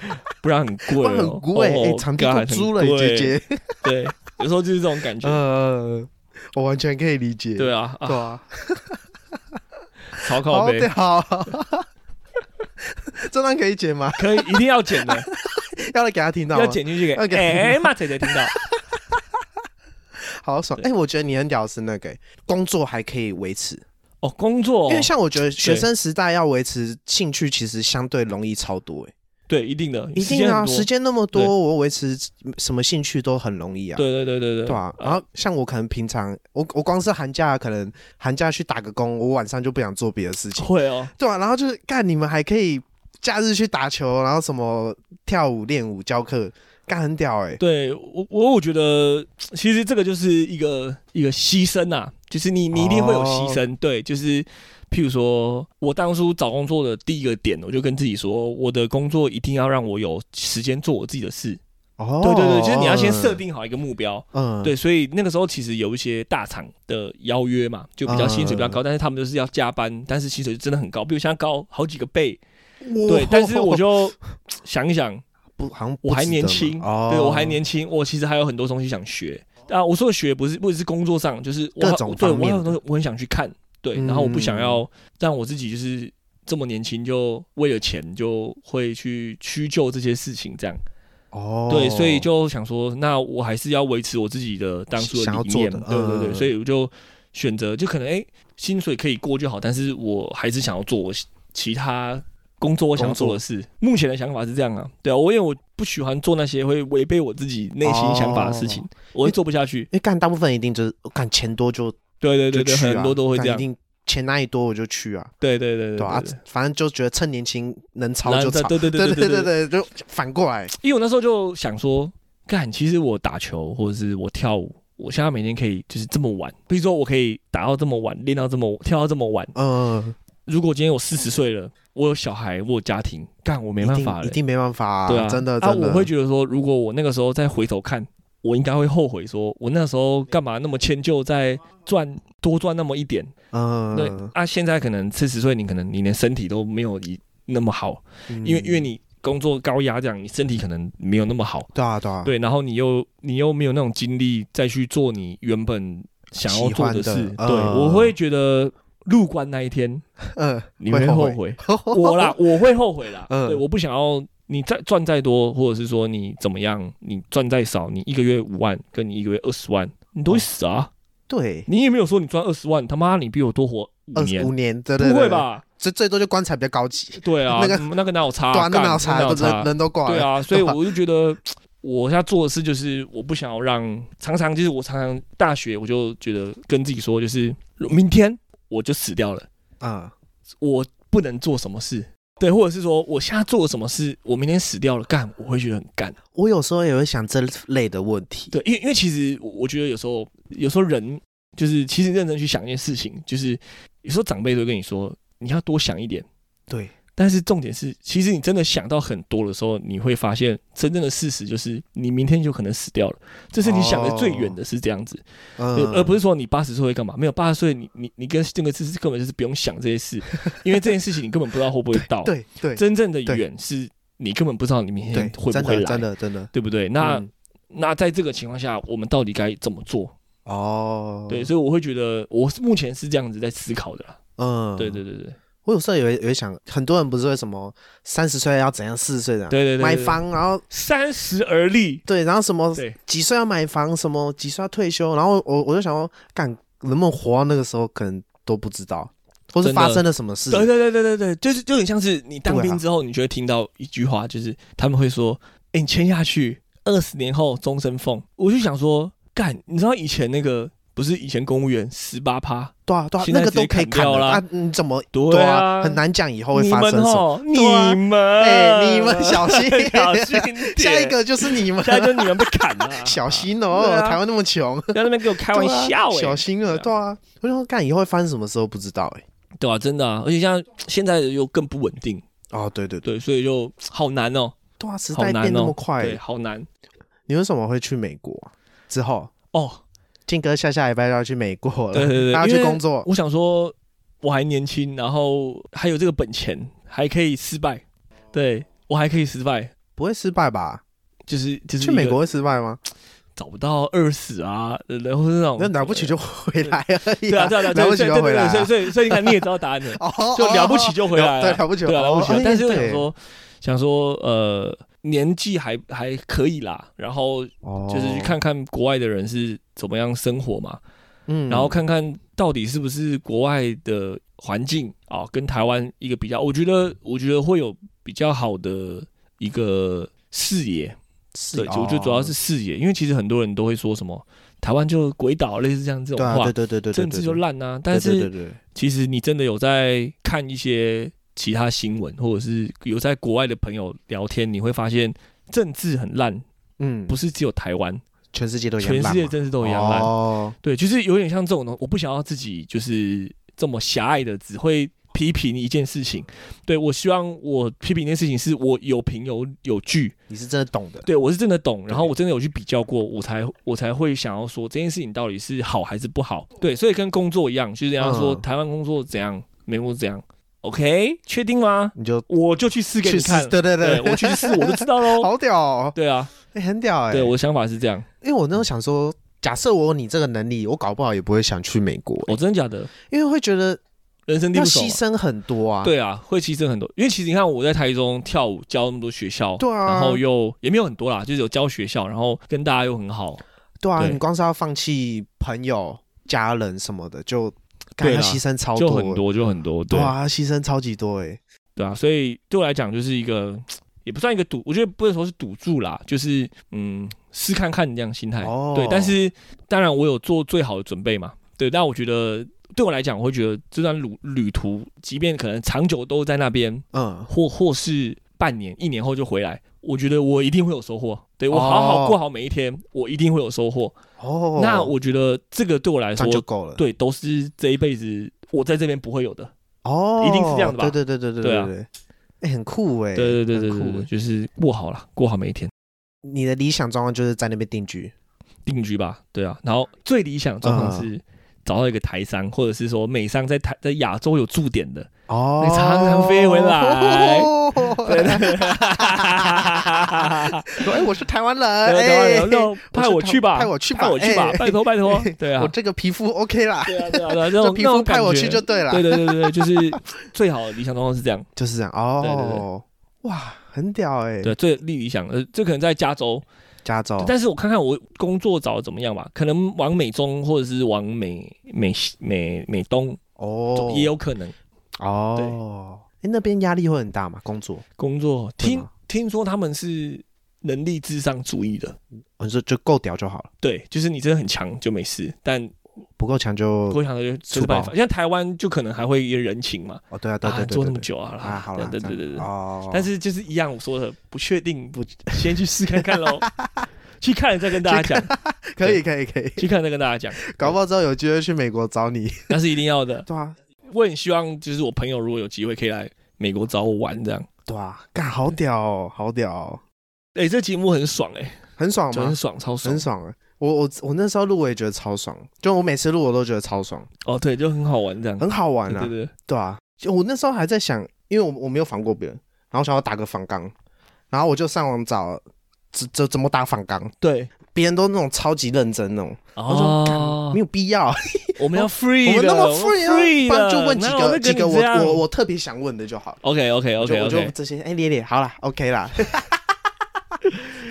Speaker 4: 不然很贵
Speaker 3: 不
Speaker 4: 哦，
Speaker 3: 然很贵，哎，
Speaker 4: 哦
Speaker 3: 场地
Speaker 4: 干
Speaker 3: 都
Speaker 4: 很
Speaker 3: 租了，
Speaker 4: 贵
Speaker 3: 姐姐，
Speaker 4: 对，有时候就是这种感觉，
Speaker 3: 呃，我完全可以理解，
Speaker 4: 对啊，啊
Speaker 3: 对啊，
Speaker 4: 超靠
Speaker 3: 好
Speaker 4: 背
Speaker 3: 对，好。这段可以剪吗？
Speaker 4: 可以一定要 剪的，
Speaker 3: 要来给他听到吗
Speaker 4: 要？剪进去给
Speaker 3: 要剪
Speaker 4: 哎妈姐姐听到，
Speaker 3: 好爽！哎、
Speaker 4: 对
Speaker 3: 我觉得你很屌是那个、工作还可以维持，
Speaker 4: 哦，工作
Speaker 3: 因为像我觉得学生时代要维持兴趣，其实相对容易超多、哎，
Speaker 4: 对一定的，
Speaker 3: 一定啊，时
Speaker 4: 时间
Speaker 3: 间那么
Speaker 4: 对
Speaker 3: 多，我维持什么兴趣都很容易啊。
Speaker 4: 很多，对对对对对，
Speaker 3: 对啊，然
Speaker 4: 后
Speaker 3: 后像我可能平常，我我光是寒假可能寒假去打个工，我晚上就不想做别的事情，
Speaker 4: 会哦，
Speaker 3: 对啊，然后就是干你们还可以假日去打球，然后什么跳舞、练舞、教课，干很屌哎、
Speaker 4: 对我我我觉得其实这个就是一个一个牺牲呐、就是你你一定会有
Speaker 3: 哦
Speaker 4: 牺牲，对，就是譬如说我当初找工作的第一个点，我就跟自己说，我的工作一定要让我有时间做我自己的事，
Speaker 3: 哦，
Speaker 4: 对对对，就是你要先设，定好一个目标。
Speaker 3: 嗯，
Speaker 4: 对，所以那个时候其实有一些大厂的邀约嘛，就比较薪水比较
Speaker 3: 嗯
Speaker 4: 高，但是他们就是要加班，但是薪水真的很高，比我现在高好几个倍。
Speaker 3: 哦
Speaker 4: 对，但是 我就想一想，
Speaker 3: 不好像不
Speaker 4: 我还
Speaker 3: 值得
Speaker 4: 年
Speaker 3: 嘛
Speaker 4: 轻，
Speaker 3: 哦、
Speaker 4: 对我还年轻，我其实还有很多东西想学。啊，我说的学不是不只是工作上，就是我
Speaker 3: 各种
Speaker 4: 我对
Speaker 3: 方
Speaker 4: 我
Speaker 3: 面嗯的
Speaker 4: 还有东西我很想去看，对，然后我不想要让我自己就是这么年轻就为了钱就会去屈就这些事情，这样
Speaker 3: 哦，
Speaker 4: 对，所以就想说，那我还是要维持我自己的当初
Speaker 3: 想要
Speaker 4: 理念，
Speaker 3: 做的
Speaker 4: 对对对，
Speaker 3: 嗯
Speaker 4: 所以我就选择就可能哎、薪水可以过就好，但是我还是想要做我其他工作我想要做的事。目前的想法是这样啊，对啊，我因为我不喜欢做那些会违背我自己内心想法的事情，
Speaker 3: 哦
Speaker 4: 我会做不下去。
Speaker 3: 因为干大部分一定就是干钱多就
Speaker 4: 对对
Speaker 3: 就
Speaker 4: 对对，
Speaker 3: 去啊，
Speaker 4: 很多都会这
Speaker 3: 干
Speaker 4: 样
Speaker 3: 一。定钱哪里多我就去啊，
Speaker 4: 对对对对
Speaker 3: 对啊
Speaker 4: 对，
Speaker 3: 反正就觉得趁年轻能
Speaker 4: 然
Speaker 3: 操
Speaker 4: 后
Speaker 3: 就
Speaker 4: 再
Speaker 3: 操，
Speaker 4: 对对对
Speaker 3: 对
Speaker 4: 对
Speaker 3: 对
Speaker 4: 对对，
Speaker 3: 对，就反过来，
Speaker 4: 因为我那时候就想说，干，其实我打球或者是我跳舞。我现在每天可以就是这么晚，比如说我可以打到这么晚，练到这么跳到这么晚，
Speaker 3: 嗯，
Speaker 4: 如果今天我四十岁了，我有小孩，我有家庭，干我没
Speaker 3: 一
Speaker 4: 办
Speaker 3: 定
Speaker 4: 法了
Speaker 3: 一，定没办法啊，
Speaker 4: 对啊，
Speaker 3: 真的
Speaker 4: 啊，
Speaker 3: 真的，
Speaker 4: 我会觉得说，如果我那个时候再回头看，我应该会后悔说，我那时候干嘛那么迁就，在赚多赚那么一点，
Speaker 3: 嗯，
Speaker 4: 对啊，现在可能四十岁，你可能你连身体都没有以那么好，
Speaker 3: 嗯
Speaker 4: 因为因为你工作高压这样，你身体可能没有那么好，
Speaker 3: 对啊对啊，
Speaker 4: 对，然后你又你又没有那种精力再去做你原本想要
Speaker 3: 喜
Speaker 4: 做
Speaker 3: 欢
Speaker 4: 的
Speaker 3: 的
Speaker 4: 事，
Speaker 3: 嗯
Speaker 4: 对我会觉得入关那一天
Speaker 3: 嗯，
Speaker 4: 你会后
Speaker 3: 后
Speaker 4: 悔。我啦，我会后悔啦。
Speaker 3: 嗯
Speaker 4: 对，我不想要你再赚再多，或者是说你怎么样，你赚再少，你一个月五万，跟你一个月二十万，你都会死啊！
Speaker 3: 对，
Speaker 4: 你也没有说你赚二十万，他妈你比我多活五
Speaker 3: 二
Speaker 4: 年
Speaker 3: 十五，年，对对
Speaker 4: 不
Speaker 3: 对
Speaker 4: 会
Speaker 3: 对？
Speaker 4: 吧？
Speaker 3: 最最多就棺材比较高级，
Speaker 4: 对 啊，
Speaker 3: 那个
Speaker 4: 嗯那个哪有差啊？
Speaker 3: 对啊，那
Speaker 4: 干
Speaker 3: 哪有差，
Speaker 4: 哪有
Speaker 3: 都
Speaker 4: 差
Speaker 3: 人？人都挂了，
Speaker 4: 对啊，所以我就觉得我现在做的事就是我不想要让常常就是我常常大学我就觉得跟自己说，就是明天我就死掉了。
Speaker 3: 嗯，
Speaker 4: 我不能做什么事，对，或者是说我现在做了什么事，我明天死掉了，干，我会觉得很干。
Speaker 3: 我有时候也会想这类的问题，
Speaker 4: 对，因为因为其实我我觉得有时候有时候人就是其实认真去想一件事情，就是有时候长辈都会跟你说你要多想一点，
Speaker 3: 对，
Speaker 4: 但是重点是，其实你真的想到很多的时候，你会发现真正的事实就是你明天有可能死掉了，这是你想的最远的是这样子，对
Speaker 3: 哦嗯，
Speaker 4: 而不
Speaker 3: 是
Speaker 4: 是说你八十岁会干嘛？没有八十岁你你你跟这个事根本就是不用想这 些事，因为这件事情你根本不知道会不会到。
Speaker 3: 对对
Speaker 4: 真正的
Speaker 3: 对
Speaker 4: 远是你根本不知道你明
Speaker 3: 对
Speaker 4: 天，会
Speaker 3: 真
Speaker 4: 不会
Speaker 3: 的
Speaker 4: 来，
Speaker 3: 真的真的，
Speaker 4: 对不对？那、
Speaker 3: 嗯
Speaker 4: 那在这个情况下，我们到底该怎么做？
Speaker 3: 哦，
Speaker 4: 对，所以我会觉得我是目前是这样子在思考的啦。
Speaker 3: 嗯，
Speaker 4: 对对对对对
Speaker 3: 我有时候也会也会想，很多人不是会什么三十岁要怎样，四十岁怎样
Speaker 4: 对对对，
Speaker 3: 啊买房，然后
Speaker 4: 三十而立，
Speaker 3: 对，然后什么
Speaker 4: 对
Speaker 3: 几岁要买房，什么几岁要退休，然后我我就想说，干能不能活到那个时候，可能都不知道。或是
Speaker 4: 真的
Speaker 3: 发生了什么事，
Speaker 4: 对啊对对对对对，就是就很像是你当
Speaker 3: 对啊
Speaker 4: 兵之后，你就会听到一句话，就是他们会说：“哎、你签下去，二十年后终身俸。”我就想说，干，你知道以前那个不是以前公务员十八趴？
Speaker 3: 对啊对啊，
Speaker 4: 现在
Speaker 3: 那个都可以
Speaker 4: 直接砍
Speaker 3: 砍
Speaker 4: 掉
Speaker 3: 了
Speaker 4: 啦
Speaker 3: 啊，你怎么
Speaker 4: 对
Speaker 3: 对
Speaker 4: 啊
Speaker 3: 啊？很难讲以后会
Speaker 4: 你
Speaker 3: 发生
Speaker 4: 们
Speaker 3: 什么。
Speaker 4: 哦，你
Speaker 3: 对啊
Speaker 4: 们，，
Speaker 3: 哎，你们小心
Speaker 4: 小心点
Speaker 3: 下一，个就是你们，
Speaker 4: 下一个你们被砍了、
Speaker 3: 小心
Speaker 4: 对
Speaker 3: 哦，
Speaker 4: 啊
Speaker 3: 台湾那么穷，
Speaker 4: 不要在那边给我开玩笑、
Speaker 3: 对
Speaker 4: 哎、
Speaker 3: 啊小心了，
Speaker 4: 对
Speaker 3: 对啊。我想说干以后会发生什么时候不知道哎。
Speaker 4: 对啊，真的啊，而且像现在又更不稳定，
Speaker 3: 哦，对对对，
Speaker 4: 对，所以就好难哦，
Speaker 3: 对啊，时
Speaker 4: 好
Speaker 3: 代
Speaker 4: 难
Speaker 3: 变那
Speaker 4: 哦
Speaker 3: 么快欸
Speaker 4: 对，，好难
Speaker 3: 你为什么会去美国啊？之后，
Speaker 4: 哦。
Speaker 3: 靖哥下下礼拜就要去美国了，
Speaker 4: 对对 对
Speaker 3: 他要
Speaker 4: 因
Speaker 3: 去
Speaker 4: 为
Speaker 3: 工作，
Speaker 4: 我想说，我还年轻，然后还有这个本钱，还可以失败，对我还可以失败，
Speaker 3: 不会失败吧？
Speaker 4: 就是就是
Speaker 3: 去
Speaker 4: 一个
Speaker 3: 美国会失败吗？
Speaker 4: 找不到二十啊，然后是那种呃
Speaker 3: 那了不起就回来而已啊。
Speaker 4: 对啊 对啊对啊对
Speaker 3: 了
Speaker 4: 啊
Speaker 3: 不起
Speaker 4: 对
Speaker 3: 就
Speaker 4: 对
Speaker 3: 回
Speaker 4: 对
Speaker 3: 来啊，
Speaker 4: 对，所以所以所以你看你也知道答案了
Speaker 3: 哦，
Speaker 4: 就了不起就回 来
Speaker 3: 对，
Speaker 4: 了，
Speaker 3: 了不起，
Speaker 4: 对啊，了不起
Speaker 3: 哦
Speaker 4: 啊。但是我，想
Speaker 3: 对
Speaker 4: 说，想说呃，年纪还还可以啦，然后
Speaker 3: 哦
Speaker 4: 就是去，看看国外的人是怎么样生活嘛，
Speaker 3: 嗯
Speaker 4: 然后看看到底是不是国外的环境啊，跟台湾一个比较，我觉得我觉得会有比较好的一个视野，对，我
Speaker 3: 哦
Speaker 4: 觉得主要是视野，因为其实很多人都会说什么台湾就鬼岛类似这样这
Speaker 3: 对
Speaker 4: 种
Speaker 3: 啊，
Speaker 4: 话
Speaker 3: 对，对对对，对
Speaker 4: 政治就，烂啊，
Speaker 3: 对
Speaker 4: 但
Speaker 3: 对对
Speaker 4: 是
Speaker 3: 对对
Speaker 4: 其实你真的有在看一些其他新闻，或者是有在国外的朋友聊天，你会发现政治很烂，
Speaker 3: 嗯，
Speaker 4: 不是只有台湾，
Speaker 3: 全世界都一样
Speaker 4: 全世界
Speaker 3: 烂嘛
Speaker 4: 政治都一样烂。
Speaker 3: 哦，
Speaker 4: 对，就是有点像这种东西，我不想要自己就是这么狭隘的，只会批评一件事情。对我希望我批评一件事情是我有凭有有据，
Speaker 3: 你是真的懂的，
Speaker 4: 对我是真的懂，然后我真的有去比较过，我才我才会想要说这件事情到底是好还是不好。对，所以跟工作一样，就是人家说
Speaker 3: 嗯
Speaker 4: 台湾工作怎样，美国怎样，OK，确定吗？
Speaker 3: 你就
Speaker 4: 我就去试给
Speaker 3: 去
Speaker 4: 你
Speaker 3: 试，
Speaker 4: 看，
Speaker 3: 对对哎
Speaker 4: 对我去试我就知道 喽。
Speaker 3: 好屌哦，
Speaker 4: 对啊，
Speaker 3: 哎，很屌哎，
Speaker 4: 对我的想法是这样，
Speaker 3: 因为我那时候想说，假设我有你这个能力，我搞不好也不会想去美国，
Speaker 4: 我、真的假的，
Speaker 3: 因为会觉得
Speaker 4: 人生地
Speaker 3: 要
Speaker 4: 不熟嘛
Speaker 3: 牺牲很多啊。
Speaker 4: 对啊，会牺牲很多，因为其实你看我在台中跳舞教那么多学校，
Speaker 3: 对啊
Speaker 4: 然后又也没有很多啦，就是有教学校，然后跟大家又很好，
Speaker 3: 对啊，
Speaker 4: 对
Speaker 3: 你光是要放弃朋友、家人什么的，就感
Speaker 4: 对
Speaker 3: 觉
Speaker 4: 啦
Speaker 3: 牺牲超
Speaker 4: 就
Speaker 3: 多欸
Speaker 4: 很多就很多，对
Speaker 3: 哇，牺牲超级多哎。
Speaker 4: 对啊，所以对我来讲就是一个也不算一个赌，我觉得不能说是赌注啦，就是嗯试看看这样心态，
Speaker 3: 哦
Speaker 4: 对，但是当然我有做最好的准备嘛，对，但我觉得。对我来讲，我会觉得这段旅旅途，即便可能长久都在那边，
Speaker 3: 嗯，
Speaker 4: 或或是半年、一年后就回来，我觉得我一定会有收获。对我好
Speaker 3: 哦
Speaker 4: 好过好每一天，我一定会有收获。
Speaker 3: 哦，
Speaker 4: 那我觉得这个对我来
Speaker 3: 这
Speaker 4: 说
Speaker 3: 样，就够了。，
Speaker 4: 对，都是这一辈子我在这边不会有的。
Speaker 3: 哦，
Speaker 4: 一定是这样的吧
Speaker 3: 对对对对
Speaker 4: 对
Speaker 3: 对
Speaker 4: 啊
Speaker 3: 对，哎，很酷哎。
Speaker 4: 对对对对
Speaker 3: 很
Speaker 4: 对
Speaker 3: 酷
Speaker 4: 对，
Speaker 3: 欸。
Speaker 4: 就是过好了，过好每一天，
Speaker 3: 你的理想状况就是在那边定居。
Speaker 4: 定居吧。对啊，然后最理想的状况是。找到一个台商，或者是说美商在台在亚洲有驻点的，
Speaker 3: 哦，
Speaker 4: 你常常飞回来
Speaker 3: 哦
Speaker 4: 对对对
Speaker 3: 说 哎，我是台湾人，
Speaker 4: 对
Speaker 3: 哎
Speaker 4: 台湾人，那派我去吧，
Speaker 3: 派我去吧
Speaker 4: 派我去吧
Speaker 3: 哎，
Speaker 4: 拜托拜托，对啊
Speaker 3: 我，这个皮肤 OK 啦，
Speaker 4: 对啊对啊，对啊，这
Speaker 3: 这
Speaker 4: 种
Speaker 3: 皮
Speaker 4: 那
Speaker 3: 肤
Speaker 4: 种感
Speaker 3: 派我
Speaker 4: 觉
Speaker 3: 去就对啦。
Speaker 4: 对对对对，对，就是最好的理想状况是这样。
Speaker 3: 就是这样
Speaker 4: 对对
Speaker 3: 哦。哇，很屌哎！
Speaker 4: 对，最理想呃，这可能在加州，
Speaker 3: 加州，
Speaker 4: 但是我看看我工作找的怎么样吧，可能往美中或者是往美美西美美东、
Speaker 3: 哦，
Speaker 4: 也有可能。
Speaker 3: 哦。哎，那边压力会很大嘛？工作，
Speaker 4: 工作
Speaker 3: 对
Speaker 4: 听
Speaker 3: 吗
Speaker 4: 听说他们是能力至上主义的，
Speaker 3: 我哦说就够屌就好了，
Speaker 4: 对，就是你真的很强就没事，但
Speaker 3: 不够强就
Speaker 4: 我想的就
Speaker 3: 粗
Speaker 4: 出办
Speaker 3: 暴
Speaker 4: 法。像台湾就可能还会一个人情嘛，
Speaker 3: 哦，对啊，对对
Speaker 4: 啊
Speaker 3: 对，对
Speaker 4: 做那么
Speaker 3: 对
Speaker 4: 久啊，
Speaker 3: 啊，好了，
Speaker 4: 对
Speaker 3: 这
Speaker 4: 对
Speaker 3: 样
Speaker 4: 对对对。
Speaker 3: 哦。
Speaker 4: 但是就是一样，我说的不确定，不先去试看 看喽，去看了再跟大家讲，
Speaker 3: 可以可以可 以，
Speaker 4: 去看了再跟大家讲。
Speaker 3: 搞不好之后有机会去美国找 你。
Speaker 4: 那是一定要的。
Speaker 3: 对啊，
Speaker 4: 我很希望就是我朋友如果有机会可以来美国找我玩这样。
Speaker 3: 对啊，干好屌哦，好屌哦，
Speaker 4: 哎、这节目很爽哎、
Speaker 3: 很爽
Speaker 4: 就
Speaker 3: 吗
Speaker 4: 很？爽，超爽
Speaker 3: 很。爽啊！我我我那时候录我也觉得超爽，就我每次录我都觉得超爽，
Speaker 4: 哦，对，就很好玩这样。
Speaker 3: 很好玩啊
Speaker 4: 嗯对。对对，
Speaker 3: 对啊，就我那时候还在想，因为我我没有防过别人，然后想要打个反刚，然后我就上网找怎怎怎么打反刚，
Speaker 4: 对。
Speaker 3: 别人都那种超级认真那种，我说
Speaker 4: 哦
Speaker 3: 没，有必要，啊
Speaker 4: 我们要 free，
Speaker 3: 我们那么
Speaker 4: 的
Speaker 3: free 啊，
Speaker 4: free
Speaker 3: 不
Speaker 4: 的
Speaker 3: 然就问几
Speaker 4: 哪有那
Speaker 3: 个几个
Speaker 4: 你
Speaker 3: 我
Speaker 4: 这样
Speaker 3: 我我特别想问的就好了。
Speaker 4: OK OK
Speaker 3: 我就
Speaker 4: OK
Speaker 3: 我就
Speaker 4: OK，
Speaker 3: 这些，哎，咧咧，好啦 o k 啦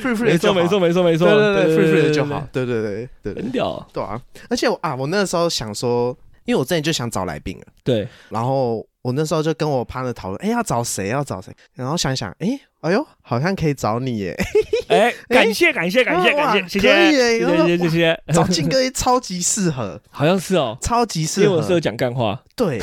Speaker 3: ，free free
Speaker 4: 没
Speaker 3: 的
Speaker 4: 错
Speaker 3: 就好
Speaker 4: 没错，没错没错，
Speaker 3: 对对对，free free 的就，
Speaker 4: 对
Speaker 3: 好，对对对对
Speaker 4: 对对很屌。
Speaker 3: 对啊！而且我啊，我那时候想说，因因为我之前就想找来宾了，
Speaker 4: 对，
Speaker 3: 然后我那时候就跟我 partner 讨论，哎，要找谁，要找谁，然后想一想，哎，哎呦，好像可以找你 耶，
Speaker 4: 哎，感谢感谢感谢
Speaker 3: 哇
Speaker 4: 感谢，谢
Speaker 3: 可
Speaker 4: 谢
Speaker 3: 以耶
Speaker 4: 谢谢谢谢谢谢，
Speaker 3: 找靖哥也超级适合，
Speaker 4: 好像是哦，
Speaker 3: 超级
Speaker 4: 因
Speaker 3: 适
Speaker 4: 为我适合
Speaker 3: 合，
Speaker 4: 讲干话，
Speaker 3: 对，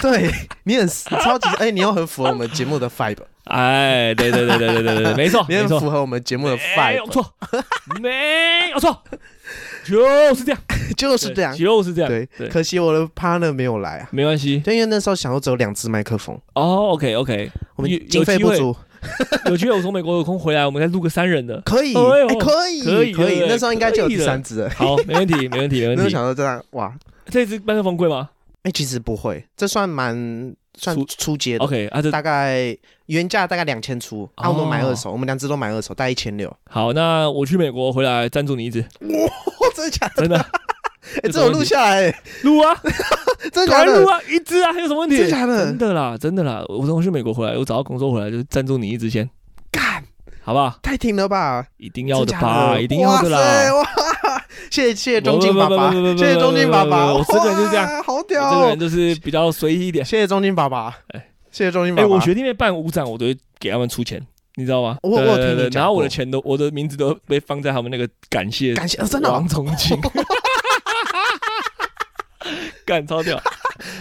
Speaker 3: 对你很超级，哎，你又很符合我们节目的 vibe，
Speaker 4: 哎，对对对对对对对，没错
Speaker 3: 你
Speaker 4: 没
Speaker 3: 很
Speaker 4: 错
Speaker 3: 符，合我们节目的
Speaker 4: 没有
Speaker 3: vibe，
Speaker 4: 哎错，没有错，就是这样，
Speaker 3: 就是这样，
Speaker 4: 就是这样，
Speaker 3: 对
Speaker 4: 对，，
Speaker 3: 可惜我的 partner 没有来啊，
Speaker 4: 没关系，
Speaker 3: 对，因为那时候想说只有两只麦克风，
Speaker 4: 哦，OK OK，
Speaker 3: 我们经费不足，
Speaker 4: 有机会我从美国有空回来，我们再录个三人 的，
Speaker 3: 可以，
Speaker 4: 哎呦
Speaker 3: 哎，可以，
Speaker 4: 可以
Speaker 3: 可以
Speaker 4: 对，
Speaker 3: 那时候应该就有
Speaker 4: 可以
Speaker 3: 第
Speaker 4: 了
Speaker 3: 三只了，
Speaker 4: 好，没问题，没问题，没
Speaker 3: 那时
Speaker 4: 问
Speaker 3: 候
Speaker 4: 题。
Speaker 3: 想到这样，哇，
Speaker 4: 这支麦克风贵吗
Speaker 3: 哎，其实不会，这算蛮算
Speaker 4: 初
Speaker 3: 初阶的。
Speaker 4: ？OK，啊，这
Speaker 3: 大概原价大概两千出，啊，
Speaker 4: 哦
Speaker 3: 我们买二手，我们两只都买二手，大概一千 六。
Speaker 4: 好，那我去美国回来赞助你 一支，
Speaker 3: 哇，真的假的？
Speaker 4: 哦真的
Speaker 3: 哎，这我录下来，哎
Speaker 4: 录啊，
Speaker 3: 真的假
Speaker 4: 赶快录
Speaker 3: 的？
Speaker 4: 啊，一支啊，还有什么问题？
Speaker 3: 真的假的
Speaker 4: 真的啦，真的啦，我从去美国回来，我找到工作回来就赞助你一支先，
Speaker 3: 干，
Speaker 4: 好不好？
Speaker 3: 太挺了吧？
Speaker 4: 一定要
Speaker 3: 真假
Speaker 4: 吧，一定要的
Speaker 3: 哇塞
Speaker 4: 啦。
Speaker 3: 哇， 谢谢谢谢中金
Speaker 4: 不
Speaker 3: 爸
Speaker 4: 不不
Speaker 3: 爸，
Speaker 4: 不不 不
Speaker 3: 谢谢中金爸爸。
Speaker 4: 不不不我这个人就是这样
Speaker 3: 哇，好
Speaker 4: 我
Speaker 3: 屌
Speaker 4: 这个
Speaker 3: 哦
Speaker 4: 人！就是比较随意一点。
Speaker 3: 谢谢中金爸爸
Speaker 4: 哎，
Speaker 3: 谢谢中金爸
Speaker 4: 哎，
Speaker 3: 爸。
Speaker 4: 我学弟妹办舞展，我都会给他们出钱，你知道吗？
Speaker 3: 我我有
Speaker 4: 对对
Speaker 3: 听你
Speaker 4: 对
Speaker 3: 讲
Speaker 4: 然后我的
Speaker 3: 过
Speaker 4: 钱都，我的名字都被放在他们那个感谢
Speaker 3: 感谢，呃真的哦
Speaker 4: 王，重 庆，干超屌，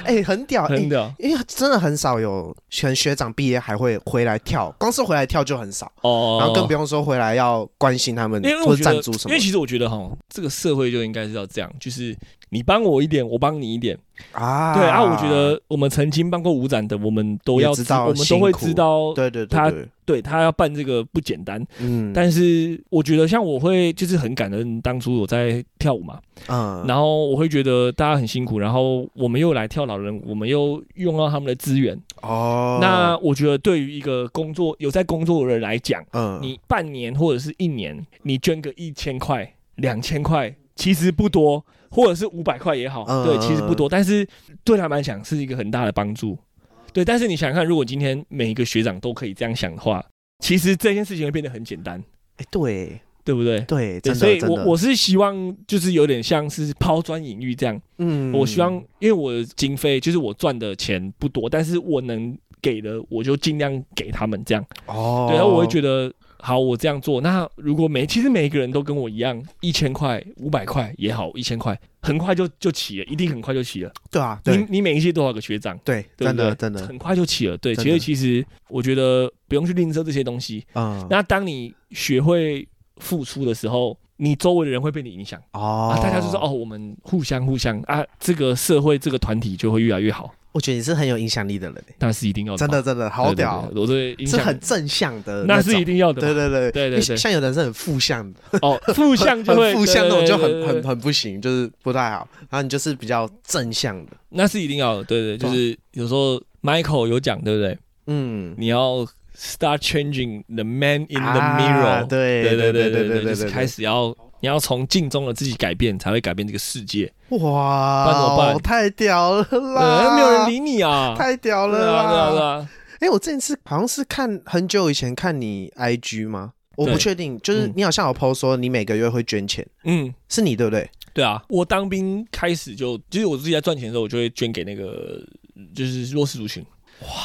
Speaker 3: 哎，很屌，哎
Speaker 4: 很屌
Speaker 3: 因为真的很少有全学长毕业还会回来跳，光是回来跳就很少，
Speaker 4: 哦。
Speaker 3: 然后更不用说回来要关心他们
Speaker 4: 因为
Speaker 3: 或
Speaker 4: 我
Speaker 3: 者
Speaker 4: 觉
Speaker 3: 赞
Speaker 4: 得
Speaker 3: 助，什
Speaker 4: 因
Speaker 3: 么
Speaker 4: 为其实我觉得哈，这个社会就应该是要这样，就是你帮我一点，我帮你一点。
Speaker 3: 啊。
Speaker 4: 对啊，我觉得我们曾经办过舞展的，我们都要
Speaker 3: 也知道
Speaker 4: 我们都会知道，
Speaker 3: 对对对
Speaker 4: 哦他
Speaker 3: 对，
Speaker 4: 对他要办这个不简单。
Speaker 3: 嗯，
Speaker 4: 但是我觉得像我会就是很感恩当初我在跳舞嘛，
Speaker 3: 嗯，
Speaker 4: 然后我会觉得大家很辛苦，然后我们又来跳老人舞，我们又用到他们的资源，
Speaker 3: 哦，
Speaker 4: 那我觉得对于一个工作有在工作的人来讲，
Speaker 3: 嗯，
Speaker 4: 你半年或者是一年，你捐个一千块、两千块，其实不多，或者是五百块也好，
Speaker 3: 嗯
Speaker 4: 对，其实不多，但是对他们来讲是一个很大的帮助。对，但是你想想看，如果今天每一个学长都可以这样想的话，其实这件事情会变得很简单，
Speaker 3: 哎，对
Speaker 4: 对不对？
Speaker 3: 对，
Speaker 4: 对，
Speaker 3: 真
Speaker 4: 所
Speaker 3: 的
Speaker 4: 以
Speaker 3: 真
Speaker 4: 我
Speaker 3: 的，
Speaker 4: 我是希望就是有点像是抛砖引玉这样，
Speaker 3: 嗯
Speaker 4: 我希望，因为我的经费就是我赚的钱不多，但是我能给的我就尽量给他们这样。
Speaker 3: 哦，
Speaker 4: 对，然后我会觉
Speaker 3: 得
Speaker 4: 得，好，我这样做。那如果每其实每一个人都跟我一样，一千块、五百块也好，一千块很快就就起了，一定很快就起了。
Speaker 3: 对啊，
Speaker 4: 你
Speaker 3: 对
Speaker 4: 你每一届多少个学长？
Speaker 3: 对，
Speaker 4: 对
Speaker 3: 真
Speaker 4: 不对
Speaker 3: 的真的，
Speaker 4: 很快就起了，对，
Speaker 3: 真
Speaker 4: 其
Speaker 3: 的
Speaker 4: 实其实我觉得不用去吝啬这些东西。
Speaker 3: 嗯，
Speaker 4: 那当你学会付出的时候，你周围的人会被你影响
Speaker 3: 哦
Speaker 4: 啊，，大家就说哦，，我们互相互相啊，这个社会这个团体就会越来越好，
Speaker 3: 我觉得你是很有影响力的人，哎
Speaker 4: 那是一定要
Speaker 3: 真的
Speaker 4: 嘛，
Speaker 3: 真的好
Speaker 4: 对对
Speaker 3: 屌
Speaker 4: 对，我对影
Speaker 3: 是
Speaker 4: 响
Speaker 3: 很正向的种，
Speaker 4: 那是一定要的嘛，
Speaker 3: 对对对
Speaker 4: 对对
Speaker 3: 因为
Speaker 4: 对
Speaker 3: 像有的人是很负向的，
Speaker 4: 哦，负向就
Speaker 3: 很
Speaker 4: 会
Speaker 3: 负向那种就
Speaker 4: 对对
Speaker 3: 很
Speaker 4: 对对
Speaker 3: 很很不行，就是不太好。然后你就是比较正向的，
Speaker 4: 那是一定要的，对
Speaker 3: 对
Speaker 4: 对，就
Speaker 3: 啊
Speaker 4: 是有时候 Michael 有讲，对不对？
Speaker 3: 嗯，
Speaker 4: 你要 start changing the man in the
Speaker 3: 啊
Speaker 4: mirror，、
Speaker 3: 对
Speaker 4: 对
Speaker 3: 对
Speaker 4: 对
Speaker 3: 对
Speaker 4: 就
Speaker 3: 对
Speaker 4: 是
Speaker 3: 对，
Speaker 4: 开始要你要从镜中的自己改变，才会改变这个世界。不然怎么
Speaker 3: 哇
Speaker 4: 办，
Speaker 3: 太屌了
Speaker 4: 呃，
Speaker 3: 啦，
Speaker 4: 没有人理你啊，
Speaker 3: 太屌
Speaker 4: 对
Speaker 3: 了
Speaker 4: 啊，对啊，对
Speaker 3: 啦。
Speaker 4: 啊，
Speaker 3: 哎，我之前是好像是看很久以前看你 IG 吗？我不
Speaker 4: 对
Speaker 3: 确定，就是
Speaker 4: 嗯
Speaker 3: 你好像有 PO 说你每个月会捐钱，
Speaker 4: 嗯。
Speaker 3: 是你对不对？
Speaker 4: 对啊，我当兵开始就，就是我自己在赚钱的时候，我就会捐给那个就是弱势族群、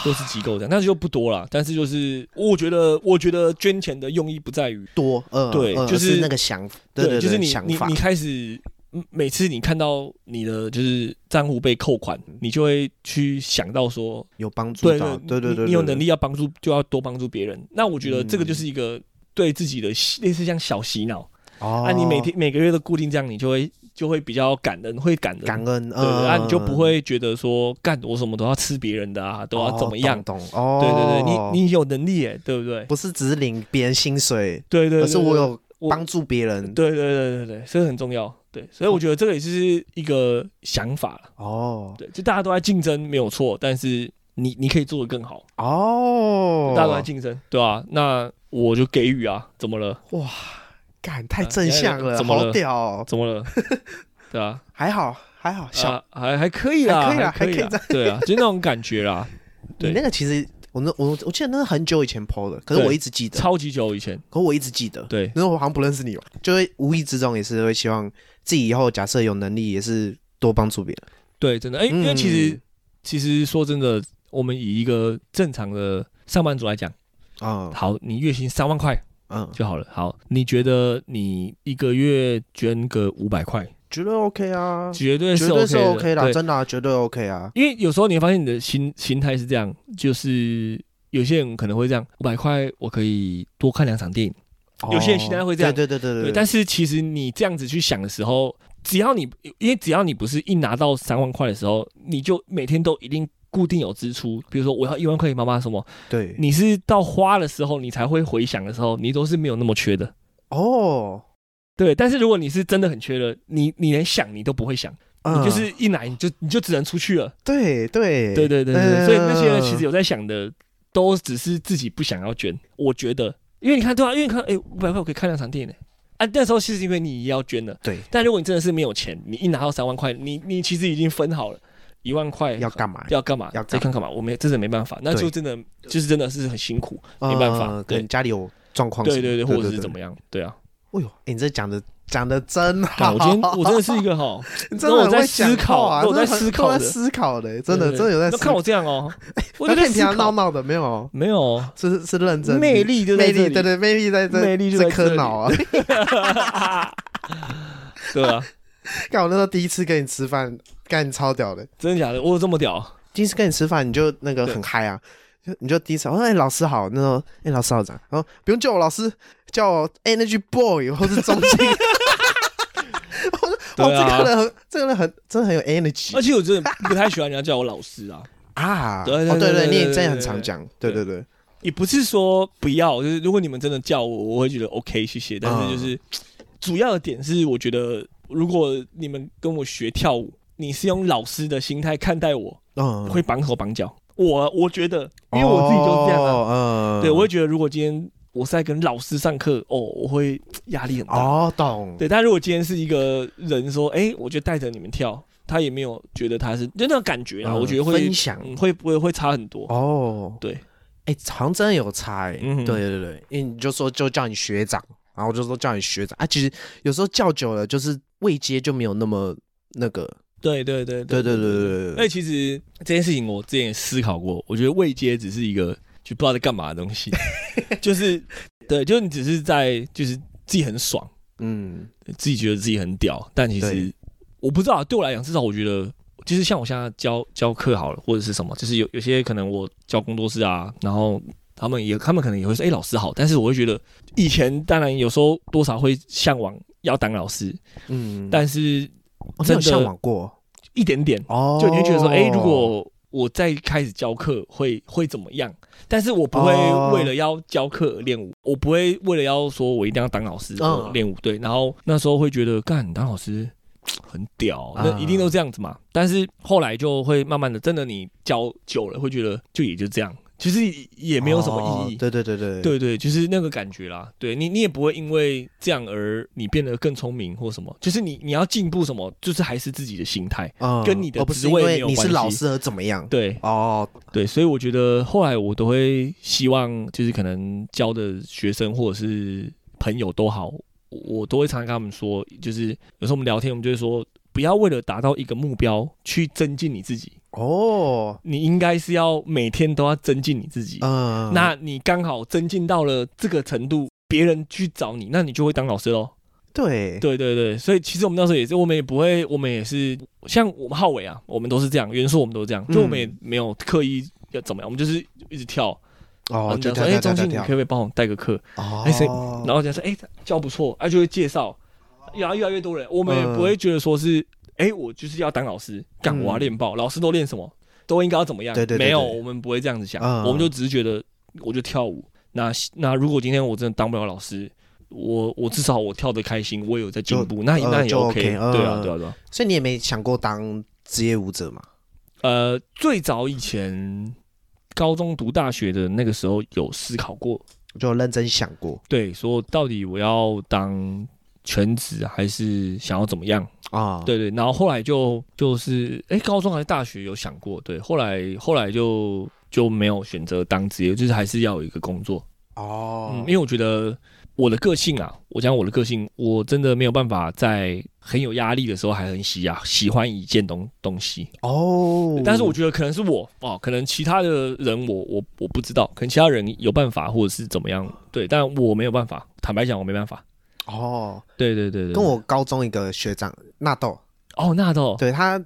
Speaker 4: 弱势机构这样，但是就不多啦。但是就是我觉得，我觉得捐钱的用意不在于
Speaker 3: 多，呃，
Speaker 4: 对
Speaker 3: 呃
Speaker 4: 就是
Speaker 3: 是那个想，对对，
Speaker 4: 就是你
Speaker 3: 想
Speaker 4: 你
Speaker 3: 法
Speaker 4: 你，开始嗯每次你看到你的就是账户被扣款，
Speaker 3: 嗯
Speaker 4: 你就会去想到说，
Speaker 3: 有帮助
Speaker 4: 对
Speaker 3: 到，对对
Speaker 4: 你
Speaker 3: 对，
Speaker 4: 你有
Speaker 3: 对嗯
Speaker 4: 能力要帮助就要多帮助别人。那我觉得这个就是一个对自己的洗类似像小洗脑，
Speaker 3: 哦，
Speaker 4: 啊，你每天每个月都固定这样，你就会就会比较感恩，会感恩。
Speaker 3: 感恩，
Speaker 4: 对，
Speaker 3: 呃，
Speaker 4: 啊，你就不会觉得说，干我什么都要吃别人的啊，都要怎么样？
Speaker 3: 哦、懂懂哦，
Speaker 4: 对对对，你你有能力耶，对不对？
Speaker 3: 不是只是领别人薪水，
Speaker 4: 对对对，
Speaker 3: 而是我
Speaker 4: 对
Speaker 3: 有
Speaker 4: 我
Speaker 3: 帮助别人。
Speaker 4: 对对对对对，这个很重要。对，所以我觉得这个也是一个想法啦
Speaker 3: 哦
Speaker 4: 对，就大家都在竞争没有错，但是你你可以做得更好，
Speaker 3: 哦，
Speaker 4: 大家都在竞争，对吧、那我就给予啊，怎么了？
Speaker 3: 哇，干太正向
Speaker 4: 啊
Speaker 3: 了，
Speaker 4: 怎么了
Speaker 3: 好屌、哦，
Speaker 4: 怎么了？对啊，
Speaker 3: 还好还好，小、
Speaker 4: 啊还还可以啦，
Speaker 3: 还可以啦
Speaker 4: 可以
Speaker 3: 还可以
Speaker 4: 啦，对啊，就那种感觉啦，对
Speaker 3: 你那个其实我那我我记得那是很久以前 PO 的，可是
Speaker 4: 对
Speaker 3: 我一直记得，
Speaker 4: 超级久以前，
Speaker 3: 可我一直记得，
Speaker 4: 对
Speaker 3: 那时候我好像不认识你哦，就会无意之中也是会希望自己以后假设有能力也是多帮助别人，
Speaker 4: 对，真的，哎、因为其实、
Speaker 3: 嗯
Speaker 4: 其实说真的，我们以一个正常的上班族来讲，
Speaker 3: 啊
Speaker 4: 好，你月薪三万块
Speaker 3: 嗯，
Speaker 4: 就好了。好，你觉得你一个月捐个五百块，
Speaker 3: 绝对 OK 啊，
Speaker 4: 绝对
Speaker 3: 嗯绝
Speaker 4: 是
Speaker 3: 对
Speaker 4: OK 的
Speaker 3: 是 OK 啦，
Speaker 4: 对
Speaker 3: 真的啊绝对 OK 啊，
Speaker 4: 因为有时候你会发现你的心心态是这样，就是有些人可能会这样，五百块我可以多看两场电影。有些人现在会这样
Speaker 3: 哦对对对对
Speaker 4: 对，但是其实你这样子去想的时候，只要你因为只要你不是一拿到三万块的时候，你就每天都一定固定有支出，比如说我要一万块给妈妈什么，
Speaker 3: 对
Speaker 4: 你是到花的时候你才会回想的时候，你都是没有那么缺的。
Speaker 3: 哦，
Speaker 4: 对，但是如果你是真的很缺的，你你连想你都不会想，
Speaker 3: 嗯
Speaker 4: 你就是一来你就你就只能出去了。
Speaker 3: 对对
Speaker 4: 对对对对，
Speaker 3: 嗯
Speaker 4: 所以那些人其实有在想的，都只是自己不想要捐。我觉得，因为你看对啊，因为你看，哎，五百块我可以看两场电影呢。啊，那时候其实因为你也要捐了，
Speaker 3: 对，
Speaker 4: 但如果你真的是没有钱，你一拿到三万块，你你其实已经分好了一万块
Speaker 3: 要干嘛？
Speaker 4: 要干嘛
Speaker 3: 要干嘛
Speaker 4: 再看干嘛，我没真的没办法，那就真的就是真的是很辛苦，没办法
Speaker 3: 呃
Speaker 4: 对
Speaker 3: 可能家里有状况什
Speaker 4: 对
Speaker 3: 么，
Speaker 4: 对对，或者是怎
Speaker 3: 么？
Speaker 4: 么样，对 啊。
Speaker 3: 哎呦，哎你这讲的讲的真
Speaker 4: 干
Speaker 3: 好，
Speaker 4: 啊我今天我真的是一个哈，
Speaker 3: 你真的很会讲话啊
Speaker 4: 那我在
Speaker 3: 真的很
Speaker 4: 思
Speaker 3: 都
Speaker 4: 考
Speaker 3: 在
Speaker 4: 的
Speaker 3: 思考的， 真的
Speaker 4: 对对对
Speaker 3: 真的有在
Speaker 4: 都
Speaker 3: 思
Speaker 4: 看
Speaker 3: 考。
Speaker 4: 我这 样哦，我
Speaker 3: 那
Speaker 4: 就在
Speaker 3: 平
Speaker 4: 思
Speaker 3: 常闹
Speaker 4: 考，
Speaker 3: 闹的没有，啊
Speaker 4: 没有
Speaker 3: 是是认真
Speaker 4: 魅力就在
Speaker 3: 魅
Speaker 4: 这
Speaker 3: 力，
Speaker 4: 里
Speaker 3: 对对，魅力在这，
Speaker 4: 魅力就在
Speaker 3: 这
Speaker 4: 这
Speaker 3: 颗
Speaker 4: 里
Speaker 3: 脑啊！
Speaker 4: 对啊，
Speaker 3: 看我那时候第一次跟你吃饭，干你超屌的。
Speaker 4: 真的假的？我有这么屌？
Speaker 3: 第一次跟你吃饭，你就那个
Speaker 4: 对
Speaker 3: 很嗨啊，就你就第一次，我说哎老师好，那时候哎老师好长，然后不用叫我老师，叫我 Energy Boy 或是中心。 我说哦
Speaker 4: 对啊
Speaker 3: 哇，这个人很，这个人很，真的很有 energy
Speaker 4: 而且我真的不太喜欢人家叫我老师啊，
Speaker 3: 啊！
Speaker 4: 对对
Speaker 3: 哦
Speaker 4: 对
Speaker 3: 对，
Speaker 4: 对
Speaker 3: 你
Speaker 4: 对
Speaker 3: 也真
Speaker 4: 对
Speaker 3: 的
Speaker 4: 对
Speaker 3: 很常
Speaker 4: 对
Speaker 3: 讲，对对对，
Speaker 4: 也不是说不要，就是如果你们真的叫我，我会觉得 OK 谢谢。但是就是、
Speaker 3: 嗯
Speaker 4: 主要的点是，我觉得如果你们跟我学跳舞，你是用老师的心态看待我，
Speaker 3: 嗯，
Speaker 4: 会绑手绑脚。我我觉得，因为我自己就是这样啊。
Speaker 3: 哦嗯，
Speaker 4: 对，我会觉得如果今天我是在跟老师上课，哦，我会压力很大。
Speaker 3: 哦懂，
Speaker 4: 对，但如果今天是一个人说，哎、我就带着你们跳，他也没有觉得他是就那种感觉啊，
Speaker 3: 嗯
Speaker 4: 我觉得会
Speaker 3: 分享
Speaker 4: 嗯、会不会会差很多？
Speaker 3: 哦，
Speaker 4: 对，
Speaker 3: 哎，好像真的有差哎，
Speaker 4: 嗯哼
Speaker 3: 对对对，因为你就说就叫你学长，然后我就说叫你学长啊，其实有时候叫久了，就是位阶就没有那么那个，
Speaker 4: 对对对
Speaker 3: 对对对对对
Speaker 4: 哎，
Speaker 3: 对，
Speaker 4: 其实这件事情我之前也思考过，我觉得未接只是一个就不知道在干嘛的东 西，就是对，就是你只是在就是自己很爽，
Speaker 3: 嗯，
Speaker 4: 自己觉得自己很屌，但其实
Speaker 3: 对
Speaker 4: 我不知道，对我来讲，至少我觉得。就是像我现在教教课好了，或者是什么，就是有有些可能我教工作室啊，然后他们也他们可能也会说，哎、老师好，但是我会觉得以前当然有时候多少会向往要当老师，
Speaker 3: 嗯，
Speaker 4: 但是
Speaker 3: 我
Speaker 4: 真
Speaker 3: 真
Speaker 4: 的
Speaker 3: 的向往过
Speaker 4: 一点点，
Speaker 3: 哦，
Speaker 4: 就你会觉得说，哎、如果我再开始教课会会怎么样？但是我不会
Speaker 3: 哦
Speaker 4: 为了要教课而练舞，我不会为了要说我一定要当老师
Speaker 3: 嗯
Speaker 4: 而练舞。对，然后那时候会觉得，干当老师很屌，那
Speaker 3: 啊
Speaker 4: 一定都这样子嘛。但是后来就会慢慢的，真的你教久了，会觉得就也就这样，其实也也没有什么意
Speaker 3: 哦
Speaker 4: 义。
Speaker 3: 对对对对，
Speaker 4: 对对，就是那个感觉啦。对你，你也不会因为这样而你变得更聪明或什么，就是你你要进步什么，就是还是自己的心态。
Speaker 3: 嗯
Speaker 4: 跟你的
Speaker 3: 而不
Speaker 4: 职
Speaker 3: 是因
Speaker 4: 位没
Speaker 3: 为
Speaker 4: 有
Speaker 3: 你
Speaker 4: 关
Speaker 3: 是
Speaker 4: 系
Speaker 3: 老师而怎么样，
Speaker 4: 对
Speaker 3: 哦，
Speaker 4: 对，所以我觉得后来我都会希望，就是可能教的学生或者是朋友都好，我我都会常常跟他们说，就是有时候我们聊天，我们就会说，不要为了达到一个目标去增进你自己，
Speaker 3: 哦，
Speaker 4: 你应该是要每天都要增进你自己。
Speaker 3: 嗯，
Speaker 4: 那你刚好增进到了这个程度，别人去找你，那你就会当老师喽。
Speaker 3: 对
Speaker 4: 对对对，所以其实我们那时候也是，我们也不会，我们也是像我们浩伟啊，我们都是这样，元素我们都是这样，就我们也
Speaker 3: 嗯
Speaker 4: 没有刻意要怎么样，我们就是一直跳。
Speaker 3: 哦，
Speaker 4: 然后
Speaker 3: 就
Speaker 4: 人
Speaker 3: 跳
Speaker 4: 家说，哎，
Speaker 3: 跳
Speaker 4: 中
Speaker 3: 跳跳
Speaker 4: 信你
Speaker 3: 跳
Speaker 4: 可，不可以帮我带个课？
Speaker 3: 哦，
Speaker 4: 哎谁然后人家说，哎，教不错，啊就会介绍，越来越来越多人，我们也
Speaker 3: 嗯
Speaker 4: 不会觉得说是，哎，我就是要当老师，干
Speaker 3: 嗯
Speaker 4: 我要练爆，老师都练什么，都应该要怎么样？
Speaker 3: 对对对
Speaker 4: 没有，
Speaker 3: 对
Speaker 4: 我们不会这样子想，
Speaker 3: 嗯
Speaker 4: 我们就只是觉得，我就跳舞。那那如果今天我真的当不了老师，我我至少我跳得开心，我有在进
Speaker 3: 就
Speaker 4: 步，那也那
Speaker 3: 呃
Speaker 4: 也
Speaker 3: 就
Speaker 4: OK，对
Speaker 3: OK，嗯
Speaker 4: 啊对啊对啊。
Speaker 3: 所以你也没想过当职业舞者嘛？
Speaker 4: 呃，最早以前高中读大学的那个时候有思考过，
Speaker 3: 就有认真想过
Speaker 4: 对，说到底我要当全职还是想要怎么样？
Speaker 3: 啊，
Speaker 4: 对对，然后后来就就是，哎，高中还是大学有想过，对，后来后来就就没有选择当职业，就是还是要有一个工作，嗯
Speaker 3: 哦
Speaker 4: 嗯，因，为我觉得我的个性啊，我讲我的个性，我真的没有办法在很有压力的时候还很喜啊喜欢一件东东西。
Speaker 3: 哦，
Speaker 4: 但是我觉得可能是我哦，可能其他的人我我我不知道，可能其他人有办法或者是怎么样，对，但我没有办法。坦白讲，我没办法。
Speaker 3: 哦，
Speaker 4: 对对对对，
Speaker 3: 跟我高中一个学长纳豆，
Speaker 4: 哦，纳豆，
Speaker 3: 对他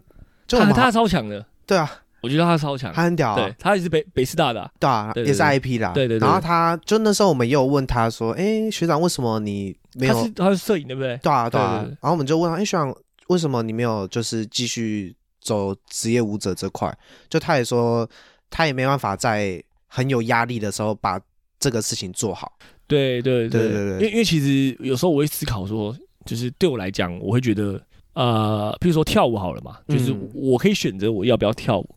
Speaker 3: 就我
Speaker 4: 他
Speaker 3: 们
Speaker 4: 他
Speaker 3: 好
Speaker 4: 超强的，
Speaker 3: 对啊，
Speaker 4: 我觉得他超强，
Speaker 3: 他很屌啊
Speaker 4: 对，他也是北北师大的啊、
Speaker 3: 对啊，
Speaker 4: 对对
Speaker 3: 也是
Speaker 4: 对
Speaker 3: IP 啦，
Speaker 4: 对对对
Speaker 3: 然后他就那时候我们也有问他说，哎，学长为什么你没
Speaker 4: 他
Speaker 3: 有
Speaker 4: 是？他是摄影对不对？
Speaker 3: 对啊对啊
Speaker 4: 对对对，
Speaker 3: 然后我们就问他，哎，学长为什么你没有就是继续走职业舞者这块？就他也说他也没办法在很有压力的时候把这个事情做好。
Speaker 4: 对对
Speaker 3: 对对
Speaker 4: 对
Speaker 3: 对
Speaker 4: 因为因为其实有时候我会思考说，就是对我来讲，我会觉得呃，譬如说跳舞好了嘛，就是
Speaker 3: 嗯
Speaker 4: 我可以选择我要不要跳舞，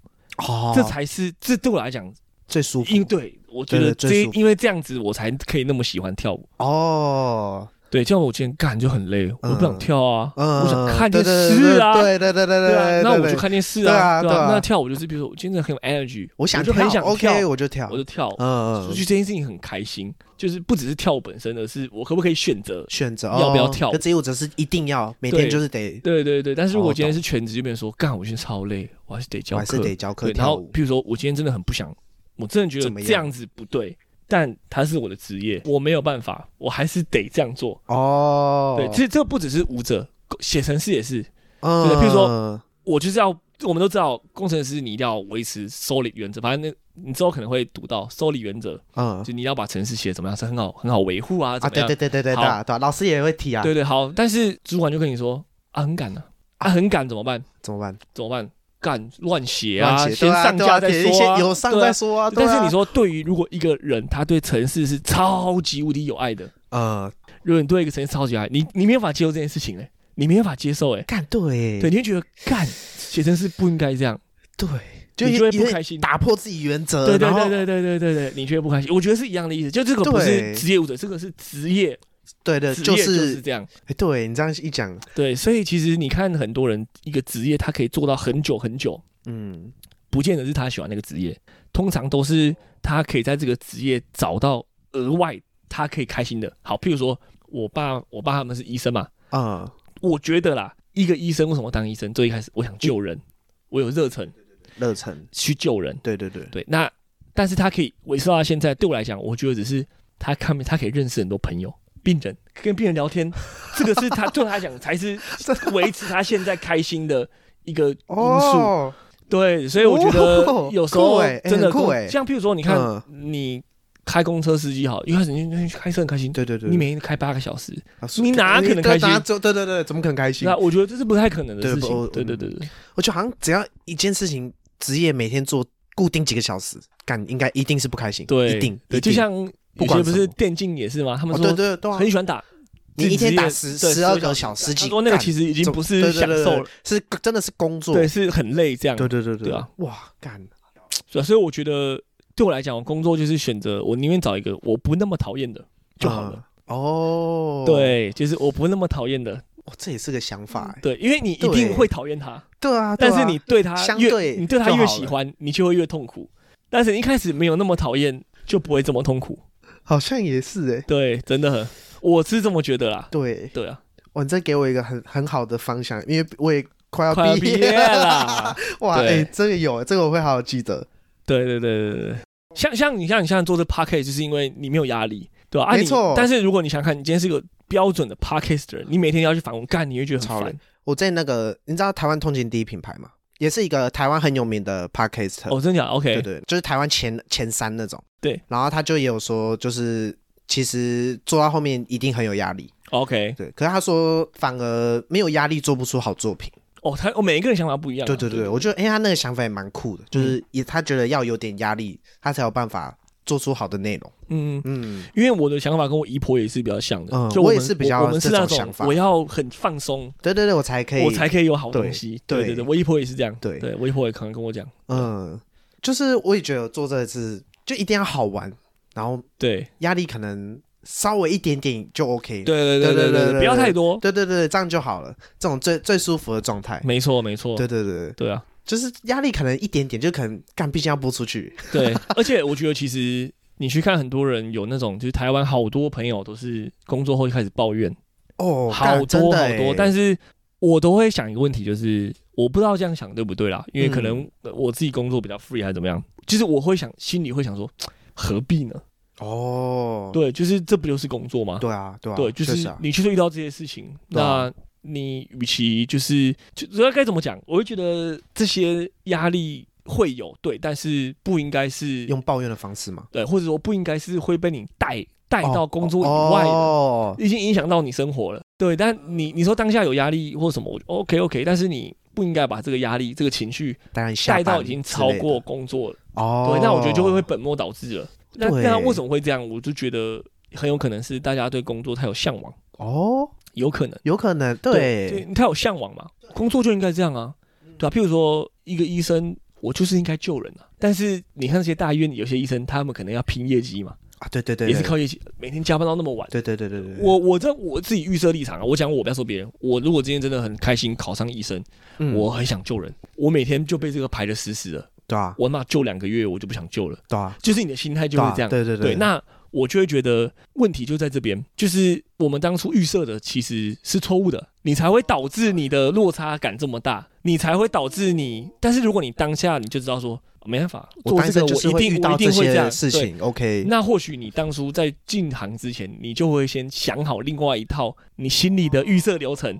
Speaker 3: 哦
Speaker 4: 这才是这对我来讲，
Speaker 3: 最舒服
Speaker 4: 因对我觉
Speaker 3: 对
Speaker 4: 得
Speaker 3: 最
Speaker 4: 这
Speaker 3: 舒服
Speaker 4: 因为这样子我才可以那么喜欢跳舞。
Speaker 3: 哦，
Speaker 4: 对，像我今天干就很累，我不想跳啊，
Speaker 3: 嗯，
Speaker 4: 我想看
Speaker 3: 对
Speaker 4: 电
Speaker 3: 对
Speaker 4: 视啊。
Speaker 3: 对对对对对
Speaker 4: 对啊
Speaker 3: 对，，
Speaker 4: 那
Speaker 3: 对
Speaker 4: 我
Speaker 3: 对
Speaker 4: 就看电视
Speaker 3: 对啊
Speaker 4: 啊，对
Speaker 3: 对啊
Speaker 4: 啊，那跳舞就是，比如说我今天很有 energy，
Speaker 3: 我想
Speaker 4: 就很想跳
Speaker 3: ，OK，，我就跳
Speaker 4: 我，就跳，
Speaker 3: 嗯
Speaker 4: 就
Speaker 3: 嗯，
Speaker 4: 这件事情很开心，就是不只是跳舞本身，而是我可不可以选择
Speaker 3: 选择
Speaker 4: 要不要
Speaker 3: 哦
Speaker 4: 跳
Speaker 3: 就自由者是一定要每天
Speaker 4: 对
Speaker 3: 就是得，
Speaker 4: 对对对，但是如
Speaker 3: 哦
Speaker 4: 果今天是全职，就变成说，干，我今天超累，我还是得教
Speaker 3: 我还
Speaker 4: 课，
Speaker 3: 是得教课
Speaker 4: 对。然
Speaker 3: 跳
Speaker 4: 后
Speaker 3: 舞，
Speaker 4: 譬如说，我今天真的很不想，我真的觉
Speaker 3: 怎么
Speaker 4: 得
Speaker 3: 样
Speaker 4: 这样子不对，但它是我的职业，我没有办法，我还是得这样做。
Speaker 3: 哦，
Speaker 4: 对，其实这不只是舞者，写程式也是，
Speaker 3: 嗯，
Speaker 4: 对譬如说我就是要。我们都知道，工程师你一定要维持 solid 原则，反正那你之后可能会读到 solid 原则，
Speaker 3: 嗯
Speaker 4: 就你要把程式写得怎么样是很好很好维护啊，
Speaker 3: 啊，
Speaker 4: 怎么
Speaker 3: 对
Speaker 4: 样？
Speaker 3: 对对对对对
Speaker 4: 好
Speaker 3: 啊，对啊，老师也会提啊，
Speaker 4: 对对好。但是主管就跟你说啊，很赶啊，啊很赶怎么办？
Speaker 3: 怎么办？
Speaker 4: 怎么办？干乱写啊，
Speaker 3: 乱写，
Speaker 4: 先
Speaker 3: 对啊
Speaker 4: 上
Speaker 3: 对
Speaker 4: 架
Speaker 3: 啊
Speaker 4: 再
Speaker 3: 对
Speaker 4: 说、啊，
Speaker 3: 先有上
Speaker 4: 对啊
Speaker 3: 再说啊，对
Speaker 4: 但是
Speaker 3: 啊
Speaker 4: 你，说，对于如果一个人他对城市是超级无敌有爱的，
Speaker 3: 呃，
Speaker 4: 如果你对一个城市超级有爱，你你没有办法接受这件事情嘞、你没有办法接受哎、
Speaker 3: 干对
Speaker 4: 对，你会觉得干写城市不应该这样，
Speaker 3: 对，
Speaker 4: 你
Speaker 3: 也
Speaker 4: 就会
Speaker 3: 也
Speaker 4: 不开心
Speaker 3: 打破自己原则，
Speaker 4: 对对
Speaker 3: 呃然后
Speaker 4: 对对对对对对，你觉得不开心，我觉得是一样的意思，就这个不
Speaker 3: 对
Speaker 4: 是职业舞者，这个是职业，
Speaker 3: 对对，
Speaker 4: 职业
Speaker 3: 就
Speaker 4: 就是
Speaker 3: 是
Speaker 4: 这样，
Speaker 3: 哎对你这样一讲，
Speaker 4: 对，所以其实你看很多人一个职业，他可以做到很久很久，
Speaker 3: 嗯，
Speaker 4: 不见得是他喜欢那个职业，通常都是他可以在这个职业找到额外他可以开心的。好，譬如说我爸，我爸他们是医生嘛，
Speaker 3: 啊，
Speaker 4: 我觉得啦，一个医生为什么要当医生？最一开始我想救人，我有热忱
Speaker 3: 热忱，
Speaker 4: 去救人。
Speaker 3: 对对对，
Speaker 4: 对，那但是他可以维持到现在，对我来讲，我觉得只是他看他可以认识很多朋友。病人跟病人聊天，这个是他对他来讲才是维持他现在开心的一个因素。
Speaker 3: 哦，
Speaker 4: 对，所以我觉得
Speaker 3: 哦
Speaker 4: 有时
Speaker 3: 酷
Speaker 4: 候
Speaker 3: 欸欸
Speaker 4: 真的
Speaker 3: 很酷
Speaker 4: 公
Speaker 3: 欸
Speaker 4: 像譬如说，你看、
Speaker 3: 嗯
Speaker 4: 你开公车司机好，一开始你你开车很开心，
Speaker 3: 对对对，
Speaker 4: 你每天开八个小时，
Speaker 3: 啊是
Speaker 4: 你哪可能开心
Speaker 3: 哪对对对对，怎么可能开心
Speaker 4: 那？我觉得这是不太可能的
Speaker 3: 对
Speaker 4: 事
Speaker 3: 不
Speaker 4: 情。对
Speaker 3: 嗯
Speaker 4: 对对对，
Speaker 3: 我觉得好像只要一件事情，职业每天做固定几个小时，干应该一定是不开心，
Speaker 4: 对，
Speaker 3: 一定，
Speaker 4: 对，
Speaker 3: 一定
Speaker 4: 就像
Speaker 3: 不
Speaker 4: 有
Speaker 3: 管什
Speaker 4: 些不
Speaker 3: 么
Speaker 4: 是电竞也是吗？他
Speaker 3: 哦
Speaker 4: 们
Speaker 3: 对
Speaker 4: 说
Speaker 3: 对对啊，
Speaker 4: 很喜欢打，
Speaker 3: 你一天
Speaker 4: 职业
Speaker 3: 打十
Speaker 4: 对
Speaker 3: 十二
Speaker 4: 12
Speaker 3: 个小时
Speaker 4: 他
Speaker 3: 几，
Speaker 4: 说那个
Speaker 3: 干
Speaker 4: 其实已经
Speaker 3: 怎
Speaker 4: 不
Speaker 3: 对
Speaker 4: 是
Speaker 3: 对
Speaker 4: 享
Speaker 3: 对对
Speaker 4: 受了，
Speaker 3: 是真的是工作，
Speaker 4: 对，是很累这样。
Speaker 3: 对对对
Speaker 4: 对啊，
Speaker 3: 哇，干，
Speaker 4: 对，所以我觉得对我来讲，我工作就是选择，我宁愿找一个我不那么讨厌的就好了。
Speaker 3: 嗯哦，，
Speaker 4: 对，就是我不那么讨厌的，
Speaker 3: 哇，这也是个想法欸，
Speaker 4: 对，因为你一
Speaker 3: 对
Speaker 4: 定会讨厌他，
Speaker 3: 对啊，对
Speaker 4: 但
Speaker 3: 啊
Speaker 4: 是你对他
Speaker 3: 相
Speaker 4: 越
Speaker 3: 对
Speaker 4: 你对他
Speaker 3: 就
Speaker 4: 越
Speaker 3: 好了
Speaker 4: 喜欢，你就会越痛苦。但是你一开始没有那么讨厌，就不会这么痛苦。
Speaker 3: 好像也是哎，
Speaker 4: 对，真的很，我是这么觉得啦。
Speaker 3: 对，
Speaker 4: 对啊，
Speaker 3: 哇，你这给我一个很很好的方向，因为我也快要
Speaker 4: 快要毕业 啦。
Speaker 3: 哇，哎、
Speaker 4: 对
Speaker 3: 这个有，这个我会好好记得。
Speaker 4: 对对对对对，像像你像你现在做这 podcast，就是因为你没有压力，对吧、啊？
Speaker 3: 没
Speaker 4: 你
Speaker 3: 错
Speaker 4: 但是如果你想看，你今天是一个标准的 podcast 的人，你每天要去访问，干，你会觉得
Speaker 3: 超
Speaker 4: 很
Speaker 3: 累
Speaker 4: 烦。
Speaker 3: 我在那个，你知道台湾通勤第一品牌吗？也是一个台湾很有名的 podcast，、
Speaker 4: 哦，真的假的？OK，
Speaker 3: 对对，就是台湾前前三那种。
Speaker 4: 对，
Speaker 3: 然后他就也有说，就是其实做到后面一定很有压力，
Speaker 4: OK，
Speaker 3: 对。可是他说反而没有压力做不出好作品。
Speaker 4: 哦，他哦，每一个人想法不一样啊、
Speaker 3: 对对对，我觉得哎、他那个想法也蛮酷的，
Speaker 4: 嗯
Speaker 3: 就是也他觉得要有点压力，他才有办法做出好的内容。
Speaker 4: 嗯。
Speaker 3: 嗯，
Speaker 4: 因为我的想法跟我姨婆也是比较像的，
Speaker 3: 嗯
Speaker 4: 就我
Speaker 3: 我也
Speaker 4: 们
Speaker 3: 是比较
Speaker 4: 我我们是
Speaker 3: 这种
Speaker 4: 那
Speaker 3: 想法
Speaker 4: 我要很放松，
Speaker 3: 对对对，我才可以，
Speaker 4: 我才可以有好
Speaker 3: 对
Speaker 4: 东西。
Speaker 3: 对
Speaker 4: 对对对，我姨婆也是这样。
Speaker 3: 对
Speaker 4: 对我姨婆也可能跟我讲，
Speaker 3: 嗯，就是我也觉得做这个是就一定要好玩，然后
Speaker 4: 对
Speaker 3: 压力可能稍微一点点就 OK。
Speaker 4: 对
Speaker 3: 对
Speaker 4: 对
Speaker 3: 对
Speaker 4: 对
Speaker 3: 对
Speaker 4: 对，不要太多。
Speaker 3: 对对对，这样就好了，这种最最舒服的状态。
Speaker 4: 没错没错，
Speaker 3: 对对对，
Speaker 4: 对啊，
Speaker 3: 就是压力可能一点点，就可能干，毕竟要播出去。
Speaker 4: 对，而且我觉得其实你去看很多人有那种，就是台湾好多朋友都是工作后就开始抱怨，
Speaker 3: 哦，
Speaker 4: 好
Speaker 3: 干真
Speaker 4: 多
Speaker 3: 的
Speaker 4: 好
Speaker 3: 欸
Speaker 4: 多，但是我都会想一个问题，就是我不知道这样想对不对啦，因为可能
Speaker 3: 嗯
Speaker 4: 呃我自己工作比较 free 还是怎么样，就是我会想心里会想说，何必呢？
Speaker 3: 哦，
Speaker 4: 对，就是这不就是工作吗？
Speaker 3: 对啊，对啊，
Speaker 4: 对，就
Speaker 3: 确实
Speaker 4: 是
Speaker 3: 啊
Speaker 4: 你就是遇到这些事情，
Speaker 3: 对
Speaker 4: 那
Speaker 3: 啊
Speaker 4: 你与其就是就不知道该怎么讲，我会觉得这些压力会有，对，但是不应该是
Speaker 3: 用抱怨的方式嘛，
Speaker 4: 对，或者说不应该是会被你带带到工作以外的。
Speaker 3: 哦，
Speaker 4: 已经影响到你生活了。对，但你你说当下有压力或什么，我 OK OK，但是你不应该把这个压力、这个情绪
Speaker 3: 当然下
Speaker 4: 带
Speaker 3: 班
Speaker 4: 到已经超
Speaker 3: 之类的
Speaker 4: 过工作了。
Speaker 3: 哦，
Speaker 4: 对，那我觉得就会会本末倒置了。那
Speaker 3: 对
Speaker 4: 那为什么会这样？我就觉得很有可能是大家对工作太有向往，
Speaker 3: 哦，
Speaker 4: 有可能
Speaker 3: 有可能
Speaker 4: 对
Speaker 3: 对，嗯
Speaker 4: 太有向往嘛，工作就应该这样啊，对啊，譬如说一个医生，我就是应该救人啊。但是你看那些大医院有些医生，他们可能要拼业绩嘛，
Speaker 3: 啊，对对对，
Speaker 4: 也是
Speaker 3: 对
Speaker 4: 靠业绩，每天加班到那么晚。
Speaker 3: 对对对对对，
Speaker 4: 我我在我自己预设立场啊，我讲我不要说别人。我如果今天真的很开心考上医生，
Speaker 3: 嗯
Speaker 4: 我很想救人，我每天就被这个排的死死的，
Speaker 3: 对啊
Speaker 4: 我妈救两个月我就不想救了，
Speaker 3: 对啊
Speaker 4: 就是你的心态就
Speaker 3: 对
Speaker 4: 会
Speaker 3: 啊
Speaker 4: 这样。
Speaker 3: 对对
Speaker 4: 对，那我就会觉得问题就在这边，就是我们当初预设的其实是错误的，你才会导致你的落差感这么大，你才会导致你。但是如果你当下你就知道说没办法，做
Speaker 3: 我单
Speaker 4: 这
Speaker 3: 身
Speaker 4: 个
Speaker 3: 就
Speaker 4: 我
Speaker 3: 是
Speaker 4: 一
Speaker 3: 会
Speaker 4: 定
Speaker 3: 遇
Speaker 4: 我
Speaker 3: 到
Speaker 4: 一定
Speaker 3: 这
Speaker 4: 会这
Speaker 3: 些
Speaker 4: 样
Speaker 3: 事
Speaker 4: 对
Speaker 3: 情，OK，
Speaker 4: 那或许你当初在进行之前，你就会先想好另外一套你心里的预设流程，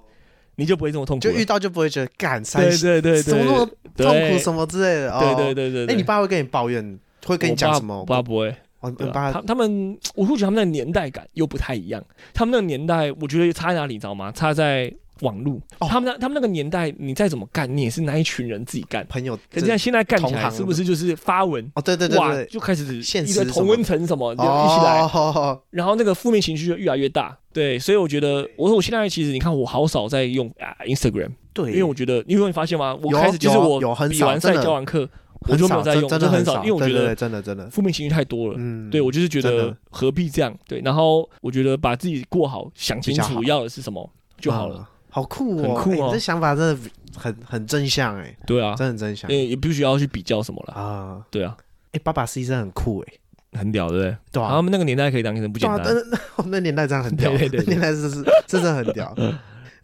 Speaker 4: 你就不会这么痛苦
Speaker 3: 就
Speaker 4: 了。
Speaker 3: 遇到就不会觉得干三
Speaker 4: 对
Speaker 3: 小
Speaker 4: 对对对，
Speaker 3: 什么那么
Speaker 4: 对
Speaker 3: 痛苦什么之类的，哦
Speaker 4: 对对对对对。
Speaker 3: 哎，你爸会跟你抱怨，会跟你讲什么
Speaker 4: 我？爸不会，
Speaker 3: 哦，
Speaker 4: 对
Speaker 3: 你
Speaker 4: 吧
Speaker 3: 爸
Speaker 4: 他他们，我会觉得他们那个年代感又不太一样。他们那个年代，我觉得差在哪里，你知道吗？差在网络。
Speaker 3: 哦
Speaker 4: 他们那他们那个年代，你再怎么干，你也是那一群人自己干。
Speaker 3: 朋友
Speaker 4: 可是现在现在干起
Speaker 3: 同
Speaker 4: 来，
Speaker 3: 行
Speaker 4: 是不是就是发文？
Speaker 3: 哦，对对对
Speaker 4: 哇，
Speaker 3: 对，
Speaker 4: 就开始
Speaker 3: 现
Speaker 4: 一
Speaker 3: 实
Speaker 4: 个
Speaker 3: 什么
Speaker 4: 同温层什么，就一起来。
Speaker 3: 哦，
Speaker 4: 然后那个负面情绪就越来越大，对，所以我觉得，我说我现在其实你看我好少在用啊 Instagram，
Speaker 3: 对，
Speaker 4: 因为我觉得，因为你发现吗？我
Speaker 3: 有啊
Speaker 4: 开始就是
Speaker 3: 有
Speaker 4: 我
Speaker 3: 有很
Speaker 4: 比
Speaker 3: 少
Speaker 4: 完赛
Speaker 3: 真的
Speaker 4: 教完课，我
Speaker 3: 很
Speaker 4: 就
Speaker 3: 少
Speaker 4: 没有在用，
Speaker 3: 真的
Speaker 4: 很
Speaker 3: 少，
Speaker 4: 因为我觉
Speaker 3: 对对
Speaker 4: 得
Speaker 3: 对真的真的，
Speaker 4: 负面情绪太多了。
Speaker 3: 嗯，
Speaker 4: 对，我就是觉
Speaker 3: 真
Speaker 4: 得
Speaker 3: 的
Speaker 4: 何必这样？对，然后我觉得把自己过好，想清
Speaker 3: 比较
Speaker 4: 楚
Speaker 3: 好
Speaker 4: 要的是什么就好了。
Speaker 3: 嗯。好酷哦！
Speaker 4: 很酷
Speaker 3: 哎
Speaker 4: 哦
Speaker 3: 你这想法真的很很正向哎，
Speaker 4: 对啊
Speaker 3: 真，的很正向
Speaker 4: 也也不需要去比较什么了。
Speaker 3: 啊！
Speaker 4: 对啊，
Speaker 3: 哎，爸爸是医生很酷哎，
Speaker 4: 很屌，对不对？
Speaker 3: 对
Speaker 4: 他
Speaker 3: 啊，
Speaker 4: 们那个年代可以当医生不
Speaker 3: 对
Speaker 4: 简
Speaker 3: 啊，但
Speaker 4: 单，
Speaker 3: 是那 那年代真的很屌，
Speaker 4: 对对对
Speaker 3: 那 年代是是真的很屌。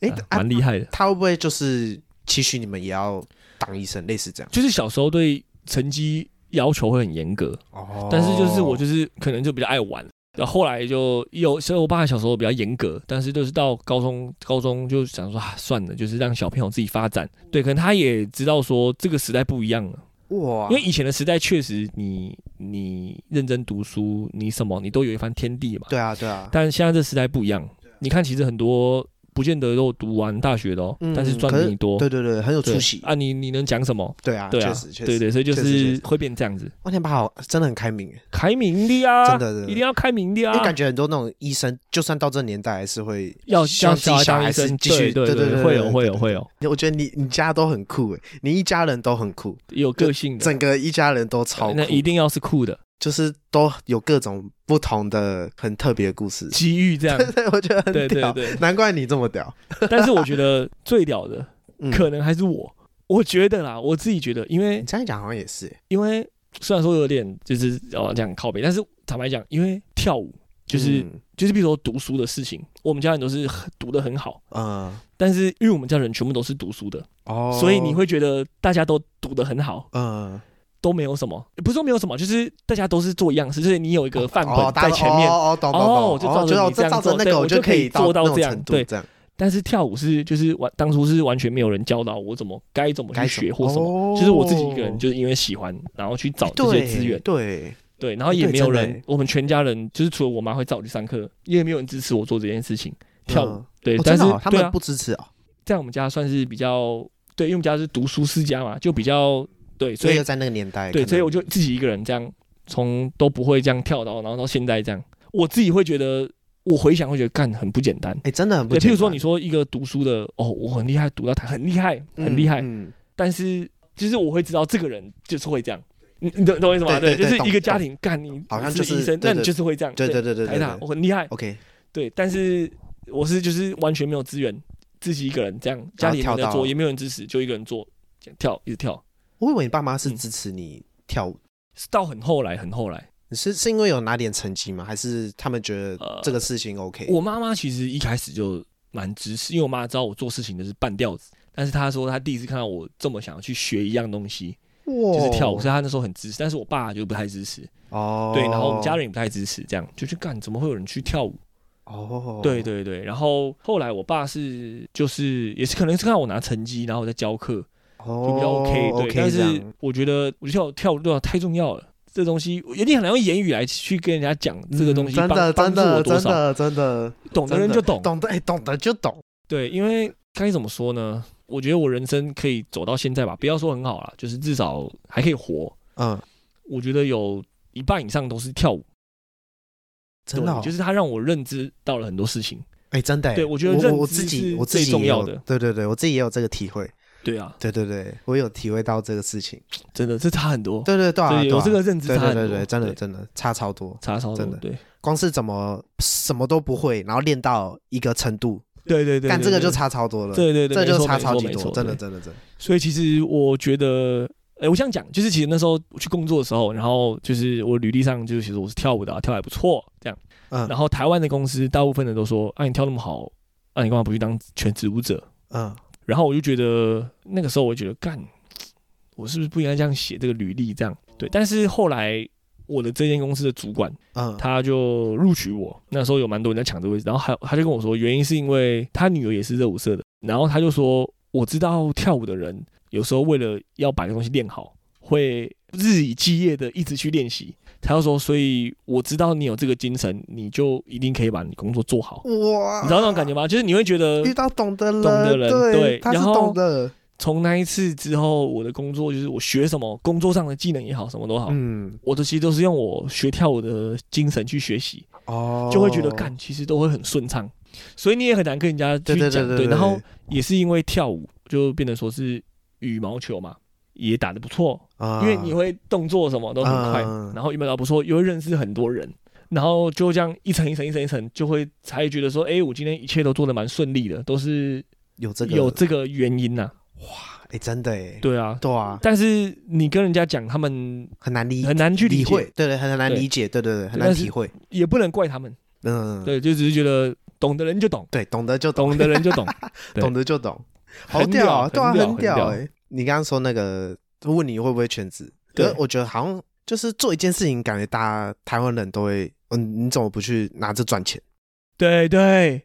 Speaker 3: 哎
Speaker 4: 啊，
Speaker 3: 啊
Speaker 4: 蛮厉害的。
Speaker 3: 他会不会就是期许你们也要当医生，类似这样？
Speaker 4: 就是小时候对成绩要求会很严格，
Speaker 3: 哦
Speaker 4: 但是就是我就是可能就比较爱玩，然后后来就有，所以我爸小时候比较严格，但是就是到高中，高中就想说啊，算了，就是让小朋友自己发展。对，可能他也知道说这个时代不一样了，
Speaker 3: 哇，
Speaker 4: 因为以前的时代确实你你认真读书，你什么你都有一番天地嘛。
Speaker 3: 对啊对啊，
Speaker 4: 但现在这时代不一样，你看其实很多不见得都读完大学的哦，
Speaker 3: 嗯
Speaker 4: 但是赚
Speaker 3: 可
Speaker 4: 比
Speaker 3: 是
Speaker 4: 你多。
Speaker 3: 对对对，很有
Speaker 4: 对
Speaker 3: 出息。
Speaker 4: 啊！你你能讲什么？
Speaker 3: 对啊，
Speaker 4: 对啊
Speaker 3: 确实确
Speaker 4: 对
Speaker 3: 实，
Speaker 4: 对，所以就
Speaker 3: 确实确
Speaker 4: 是
Speaker 3: 实
Speaker 4: 会变这样子。
Speaker 3: 哇，你爸好真的很开明哎，
Speaker 4: 开明的啊，
Speaker 3: 真的真的
Speaker 4: 一定要开明的
Speaker 3: 因为
Speaker 4: 啊
Speaker 3: 感，觉很多那种医生，就算到这年代还是会
Speaker 4: 要
Speaker 3: 希
Speaker 4: 要
Speaker 3: 望自己小
Speaker 4: 当医
Speaker 3: 孩是
Speaker 4: 生，
Speaker 3: 继续
Speaker 4: 对
Speaker 3: 对
Speaker 4: 对，
Speaker 3: 对，
Speaker 4: 会有会有会有
Speaker 3: 有。我觉得你你家都很酷哎，你一家人都很酷，
Speaker 4: 有个性的
Speaker 3: 整，个一家人都超酷
Speaker 4: 那，一定要是 酷的
Speaker 3: 就是都有各种不同的很特别的故事。
Speaker 4: 机遇这样，
Speaker 3: 对对，我觉得
Speaker 4: 对
Speaker 3: 很
Speaker 4: 对
Speaker 3: 屌，
Speaker 4: 对。
Speaker 3: 难怪你这么屌。
Speaker 4: 但是我觉得最屌的
Speaker 3: 嗯，
Speaker 4: 可能还是我，我觉得啦，我自己觉得，因为
Speaker 3: 你这样讲好像也是欸，
Speaker 4: 因为虽然说有点就是哦这样靠背，但是坦白讲，因为跳舞就是、
Speaker 3: 嗯
Speaker 4: 就是，比如说读书的事情，我们家人都是很读的很好，
Speaker 3: 呃
Speaker 4: 但是因为我们家人全部都是读书的，
Speaker 3: 哦，
Speaker 4: 所以你会觉得大家都读的很好，
Speaker 3: 呃
Speaker 4: 都没有什么，不是说没有什么，就是大家都是做一样事，就是你有一个范
Speaker 3: 哦
Speaker 4: 本在前面，
Speaker 3: 哦哦懂懂懂，
Speaker 4: 哦我就照
Speaker 3: 觉
Speaker 4: 着
Speaker 3: 得
Speaker 4: 你
Speaker 3: 我
Speaker 4: 这样
Speaker 3: 照着
Speaker 4: 做
Speaker 3: 那
Speaker 4: 对
Speaker 3: 个，
Speaker 4: 我
Speaker 3: 就
Speaker 4: 就可
Speaker 3: 可
Speaker 4: 以
Speaker 3: 以
Speaker 4: 做到
Speaker 3: 那种
Speaker 4: 这样
Speaker 3: 程度
Speaker 4: 对
Speaker 3: 这样
Speaker 4: 但是跳舞是就是完当初是完全没有人教导我怎么该怎么
Speaker 3: 该
Speaker 4: 去
Speaker 3: 怎么
Speaker 4: 学或什么，
Speaker 3: 哦
Speaker 4: 就是我自己一个人就是因为喜欢，然后去找这些
Speaker 3: 哎对
Speaker 4: 资源，
Speaker 3: 对，
Speaker 4: 对，然后也没有
Speaker 3: 对真
Speaker 4: 人
Speaker 3: 的欸，
Speaker 4: 我们全家人就是除了我妈会找我去上课，也没有人支持我做这件事情跳舞
Speaker 3: 嗯，
Speaker 4: 对，
Speaker 3: 哦
Speaker 4: 但
Speaker 3: 真
Speaker 4: 是
Speaker 3: 的哦他
Speaker 4: 对
Speaker 3: 们
Speaker 4: 啊
Speaker 3: 不，支持哦，
Speaker 4: 在我们家算是比较对，因为我们家是读书世家嘛，就比较对，所
Speaker 3: 所
Speaker 4: 以
Speaker 3: 以在那个年代可能，
Speaker 4: 对，所以我就自己一个人这样，从都不会这样跳到，然后到现在这样，我自己会觉得，我回想会觉得干很不简单。
Speaker 3: 哎，真的很不
Speaker 4: 对，
Speaker 3: 简
Speaker 4: 譬
Speaker 3: 单。
Speaker 4: 如说你说一个读书的，哦，我很厉害，读到他很厉害，
Speaker 3: 嗯
Speaker 4: 很厉害，
Speaker 3: 嗯
Speaker 4: 但是就是我会知道这个人就是会这样，你你懂懂我意思吗？
Speaker 3: 对对
Speaker 4: 就是
Speaker 3: 对
Speaker 4: 一个家庭干你
Speaker 3: 好像
Speaker 4: 你
Speaker 3: 就是
Speaker 4: 医生，
Speaker 3: 对
Speaker 4: 那
Speaker 3: 对
Speaker 4: 你就是会这样，
Speaker 3: 对对对对
Speaker 4: 台
Speaker 3: 对
Speaker 4: 大
Speaker 3: 对
Speaker 4: 我很厉害，
Speaker 3: ，OK，
Speaker 4: 对，但是我是就是完全没有资源，自己一个人这样，家里也没有
Speaker 3: 跳
Speaker 4: 人
Speaker 3: 到
Speaker 4: 做，
Speaker 3: 了
Speaker 4: 也没有人支持，就一个人做，这样跳一直跳，
Speaker 3: 我以为你爸妈是
Speaker 4: 嗯
Speaker 3: 支持你跳舞，
Speaker 4: 是到很后来很后来，
Speaker 3: 是是因为有拿点成绩吗？还是他们觉得
Speaker 4: 呃
Speaker 3: 这个事情 OK？、
Speaker 4: 我妈妈其实一开始就蛮支持，因为我妈知道我做事情就是半吊子，但是她说她第一次看到我这么想要去学一样东西，
Speaker 3: 哇
Speaker 4: 就是跳舞，所以她那时候很支持，但是我爸就不太支持，
Speaker 3: 哦，
Speaker 4: 对，然后我们家人也不太支持，这样就去干，怎么会有人去跳舞？
Speaker 3: 哦，
Speaker 4: 对对对，然后后来我爸是就是也是可能是看我拿成绩，然后我在教课，
Speaker 3: 哦，
Speaker 4: 就比较 OK，、对。
Speaker 3: OK，
Speaker 4: 但
Speaker 3: 这
Speaker 4: 是
Speaker 3: 样
Speaker 4: 我觉得我跳跳舞对我太重要了，这东西我一定很难用言语来去跟人家讲这个东西
Speaker 3: 嗯真
Speaker 4: 帮、
Speaker 3: 的
Speaker 4: 帮
Speaker 3: 真
Speaker 4: 助我
Speaker 3: 的
Speaker 4: 多
Speaker 3: 真
Speaker 4: 少，
Speaker 3: 的真的，
Speaker 4: 懂的人就懂。
Speaker 3: 懂得哎懂得就懂，
Speaker 4: 对，因为该怎么说呢？我觉得我人生可以走到现在吧，不要说很好啦，就是至少还可以活。
Speaker 3: 嗯，
Speaker 4: 我觉得有一半以上都是跳舞，
Speaker 3: 真的哦
Speaker 4: 对就是它让我认知到了很多事情。
Speaker 3: 哎真的哎，
Speaker 4: 对我觉得
Speaker 3: 我
Speaker 4: 认
Speaker 3: 我
Speaker 4: 知
Speaker 3: 自己
Speaker 4: 是
Speaker 3: 我自
Speaker 4: 最
Speaker 3: 己
Speaker 4: 重
Speaker 3: 也
Speaker 4: 要
Speaker 3: 有
Speaker 4: 的
Speaker 3: 对对对，我自己也有这个体会，
Speaker 4: 对啊，
Speaker 3: 对对对，我有体会到这个事情，
Speaker 4: 真的这差很多，
Speaker 3: 对对对啊，
Speaker 4: 对
Speaker 3: 对
Speaker 4: 有
Speaker 3: 啊
Speaker 4: 这个认知
Speaker 3: 对
Speaker 4: 差
Speaker 3: 对
Speaker 4: 很
Speaker 3: 对
Speaker 4: 多
Speaker 3: 对，真的
Speaker 4: 对
Speaker 3: 真的差超多，
Speaker 4: 差超多
Speaker 3: 真。的
Speaker 4: 对
Speaker 3: 光是怎么什么都不会，然后练到一个程度，
Speaker 4: 对对对，
Speaker 3: 干这个就
Speaker 4: 对
Speaker 3: 差超多了，
Speaker 4: 对对对，
Speaker 3: 这
Speaker 4: 没
Speaker 3: 就
Speaker 4: 错
Speaker 3: 差
Speaker 4: 没
Speaker 3: 超
Speaker 4: 错
Speaker 3: 级
Speaker 4: 没
Speaker 3: 多，
Speaker 4: 错
Speaker 3: 真的
Speaker 4: 对
Speaker 3: 真的真的，
Speaker 4: 所以其实我觉得，哎，我想讲，就是其实那时候我去工作的时候，然后就是我履历上就是其实我是跳舞的、啊，跳得还不错这样。
Speaker 3: 嗯
Speaker 4: 然后台湾的公司大部分人都说，啊，你跳那么好，啊，你干嘛不去当全职舞者？
Speaker 3: 嗯，
Speaker 4: 然后我就觉得那个时候我就觉得干，我是不是不应该这样写这个履历这样？对，但是后来我的这间公司的主管
Speaker 3: 嗯，
Speaker 4: 他就录取我，那时候有蛮多人在抢这个位置，然后还有他就跟我说，原因是因为他女儿也是热舞社的，然后他就说，我知道跳舞的人有时候为了要把这个东西练好，会日以继夜的一直去练习。他就说，所以我知道你有这个精神，你就一定可以把你工作做好。
Speaker 3: 哇，
Speaker 4: 你知道那种感觉吗？就是你会觉得
Speaker 3: 遇到懂的人，
Speaker 4: 懂的人对
Speaker 3: 他是
Speaker 4: 然后
Speaker 3: 懂的，
Speaker 4: 从那一次之后，我的工作就是我学什么，工作上的技能也好，什么都好，
Speaker 3: 嗯，
Speaker 4: 我的其实都是用我学跳舞的精神去学习，
Speaker 3: 哦，
Speaker 4: 就会觉得干，其实都会很顺畅，所以你也很难跟人家
Speaker 3: 对
Speaker 4: 去
Speaker 3: 对
Speaker 4: 讲
Speaker 3: 对对，
Speaker 4: 然后也是因为跳舞，就变得说是羽毛球嘛，也打得不错，
Speaker 3: 啊，
Speaker 4: 因为你会动作什么都很快，
Speaker 3: 嗯
Speaker 4: 然后羽毛球不错，又会认识很多人，然后就这样一层一层一层一层，就会才觉得说，哎、我今天一切都做得蛮顺利的，都是
Speaker 3: 有这个
Speaker 4: 有这个原因呐、啊
Speaker 3: 哎，真的哎，
Speaker 4: 对啊。
Speaker 3: 对啊，
Speaker 4: 但是你跟人家讲，他们
Speaker 3: 很难理
Speaker 4: 很难去
Speaker 3: 理
Speaker 4: 解
Speaker 3: 会，，对对，很难
Speaker 4: 对
Speaker 3: 理解，对对对，很
Speaker 4: 对
Speaker 3: 难
Speaker 4: 但是
Speaker 3: 体会，
Speaker 4: 也不能怪他们。
Speaker 3: 嗯，
Speaker 4: 对，就只是觉得懂的人就懂，
Speaker 3: 对，懂得就懂，
Speaker 4: 懂的人就 懂。对
Speaker 3: 懂得就懂，好
Speaker 4: 很屌
Speaker 3: 啊，对啊，
Speaker 4: 很屌
Speaker 3: 很
Speaker 4: 很屌
Speaker 3: 哎！你刚刚说那个问你会不会全职，
Speaker 4: 对
Speaker 3: 可是我觉得好像就是做一件事情，感觉大家台湾人都会，嗯，你怎么不去拿着赚钱，
Speaker 4: 对对，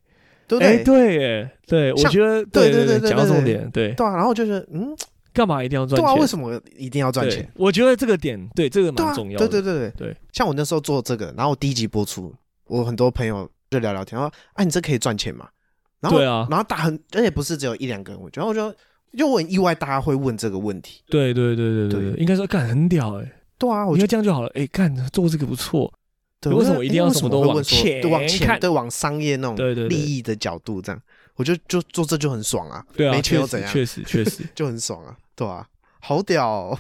Speaker 3: 对不
Speaker 4: 哎
Speaker 3: 对？
Speaker 4: 对，哎对，我
Speaker 3: 像
Speaker 4: 觉得
Speaker 3: 对对
Speaker 4: 对
Speaker 3: 对对
Speaker 4: 讲到
Speaker 3: 对
Speaker 4: 重
Speaker 3: 对
Speaker 4: 点，对，
Speaker 3: 对啊，然后我就觉得，嗯，
Speaker 4: 干嘛一定要赚
Speaker 3: 对啊，为
Speaker 4: 钱？
Speaker 3: 什么一定要赚
Speaker 4: 对
Speaker 3: 钱？，
Speaker 4: 我觉得这个点对这个
Speaker 3: 对啊，
Speaker 4: 蛮重要
Speaker 3: 对
Speaker 4: 的。
Speaker 3: 对对
Speaker 4: 对，
Speaker 3: 像我那时候做这个，然后我第一集播出，我很多朋友就聊聊天，说：“啊，你这可以赚钱嘛？”然后
Speaker 4: 对啊
Speaker 3: 然后大家很，而且不是只有一两个人，我觉得我就就我很意外，大家会问这个问题。
Speaker 4: 对对对对
Speaker 3: 对
Speaker 4: 对，应该说干很屌哎，
Speaker 3: 对啊，我
Speaker 4: 你
Speaker 3: 觉得
Speaker 4: 要这样就好了。哎，干做这个不错。
Speaker 3: 对
Speaker 4: 为什么
Speaker 3: 我就
Speaker 4: 一定要
Speaker 3: 哎为
Speaker 4: 什
Speaker 3: 什
Speaker 4: 么都
Speaker 3: 会
Speaker 4: 往
Speaker 3: 问说
Speaker 4: 前
Speaker 3: 对往前，
Speaker 4: 看
Speaker 3: 对往商业那种
Speaker 4: 对对
Speaker 3: 嗯
Speaker 4: 对
Speaker 3: 利益的角度这样，我就就做这就很爽啊，
Speaker 4: 对啊，
Speaker 3: 没钱
Speaker 4: 确
Speaker 3: 又怎
Speaker 4: 实
Speaker 3: 样，
Speaker 4: 确实确实
Speaker 3: 就很爽啊，对啊，好屌哦，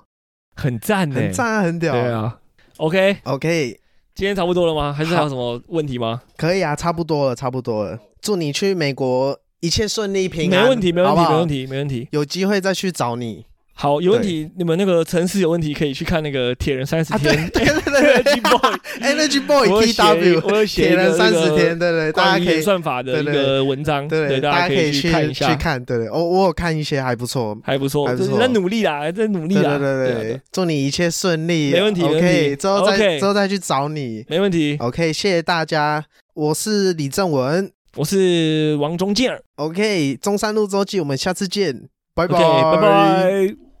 Speaker 4: 很赞哎，
Speaker 3: 很赞啊，很屌。
Speaker 4: 对啊。OK，
Speaker 3: OK，
Speaker 4: 今天差不多了吗？还是还有什么问题吗？
Speaker 3: 可以啊，差不多了，差不多了。祝你去美国一切顺利平
Speaker 4: 没
Speaker 3: 安，
Speaker 4: 问题，没问
Speaker 3: 好
Speaker 4: 题，
Speaker 3: 不好
Speaker 4: 没问题，没问题。
Speaker 3: 有机会再去找你
Speaker 4: 好，有问题，你们那个城市有问题，可以去看那个《铁人三十
Speaker 3: 啊！对
Speaker 4: 天》
Speaker 3: 对对对
Speaker 4: Energy Boy，
Speaker 3: ，Energy
Speaker 4: 我
Speaker 3: Boy
Speaker 4: 有写
Speaker 3: TW
Speaker 4: 我有写
Speaker 3: 铁
Speaker 4: 一个
Speaker 3: 人三十
Speaker 4: 那个
Speaker 3: 天，对对，大
Speaker 4: 关
Speaker 3: 家
Speaker 4: 于
Speaker 3: 可
Speaker 4: 演
Speaker 3: 以
Speaker 4: 算法的一
Speaker 3: 对对
Speaker 4: 个文章，
Speaker 3: 对
Speaker 4: 大
Speaker 3: 家
Speaker 4: 家
Speaker 3: 可
Speaker 4: 可以
Speaker 3: 去
Speaker 4: 看一
Speaker 3: 去
Speaker 4: 下，
Speaker 3: 看，对对，我我有看一些还不错，
Speaker 4: 还不错，
Speaker 3: 还不
Speaker 4: 就
Speaker 3: 错
Speaker 4: 是在努力啦，还在努力
Speaker 3: 对对
Speaker 4: 啦，
Speaker 3: 对
Speaker 4: 啊
Speaker 3: 对，，祝你一切顺利，
Speaker 4: 没问题没问题
Speaker 3: ，OK，之后再
Speaker 4: OK
Speaker 3: 之后再去找你
Speaker 4: 没问题。
Speaker 3: ，OK，谢谢大家，我是李正文
Speaker 4: 我是王中健
Speaker 3: ，OK，中山路周记，我们下次见，拜
Speaker 4: ，OK，拜拜。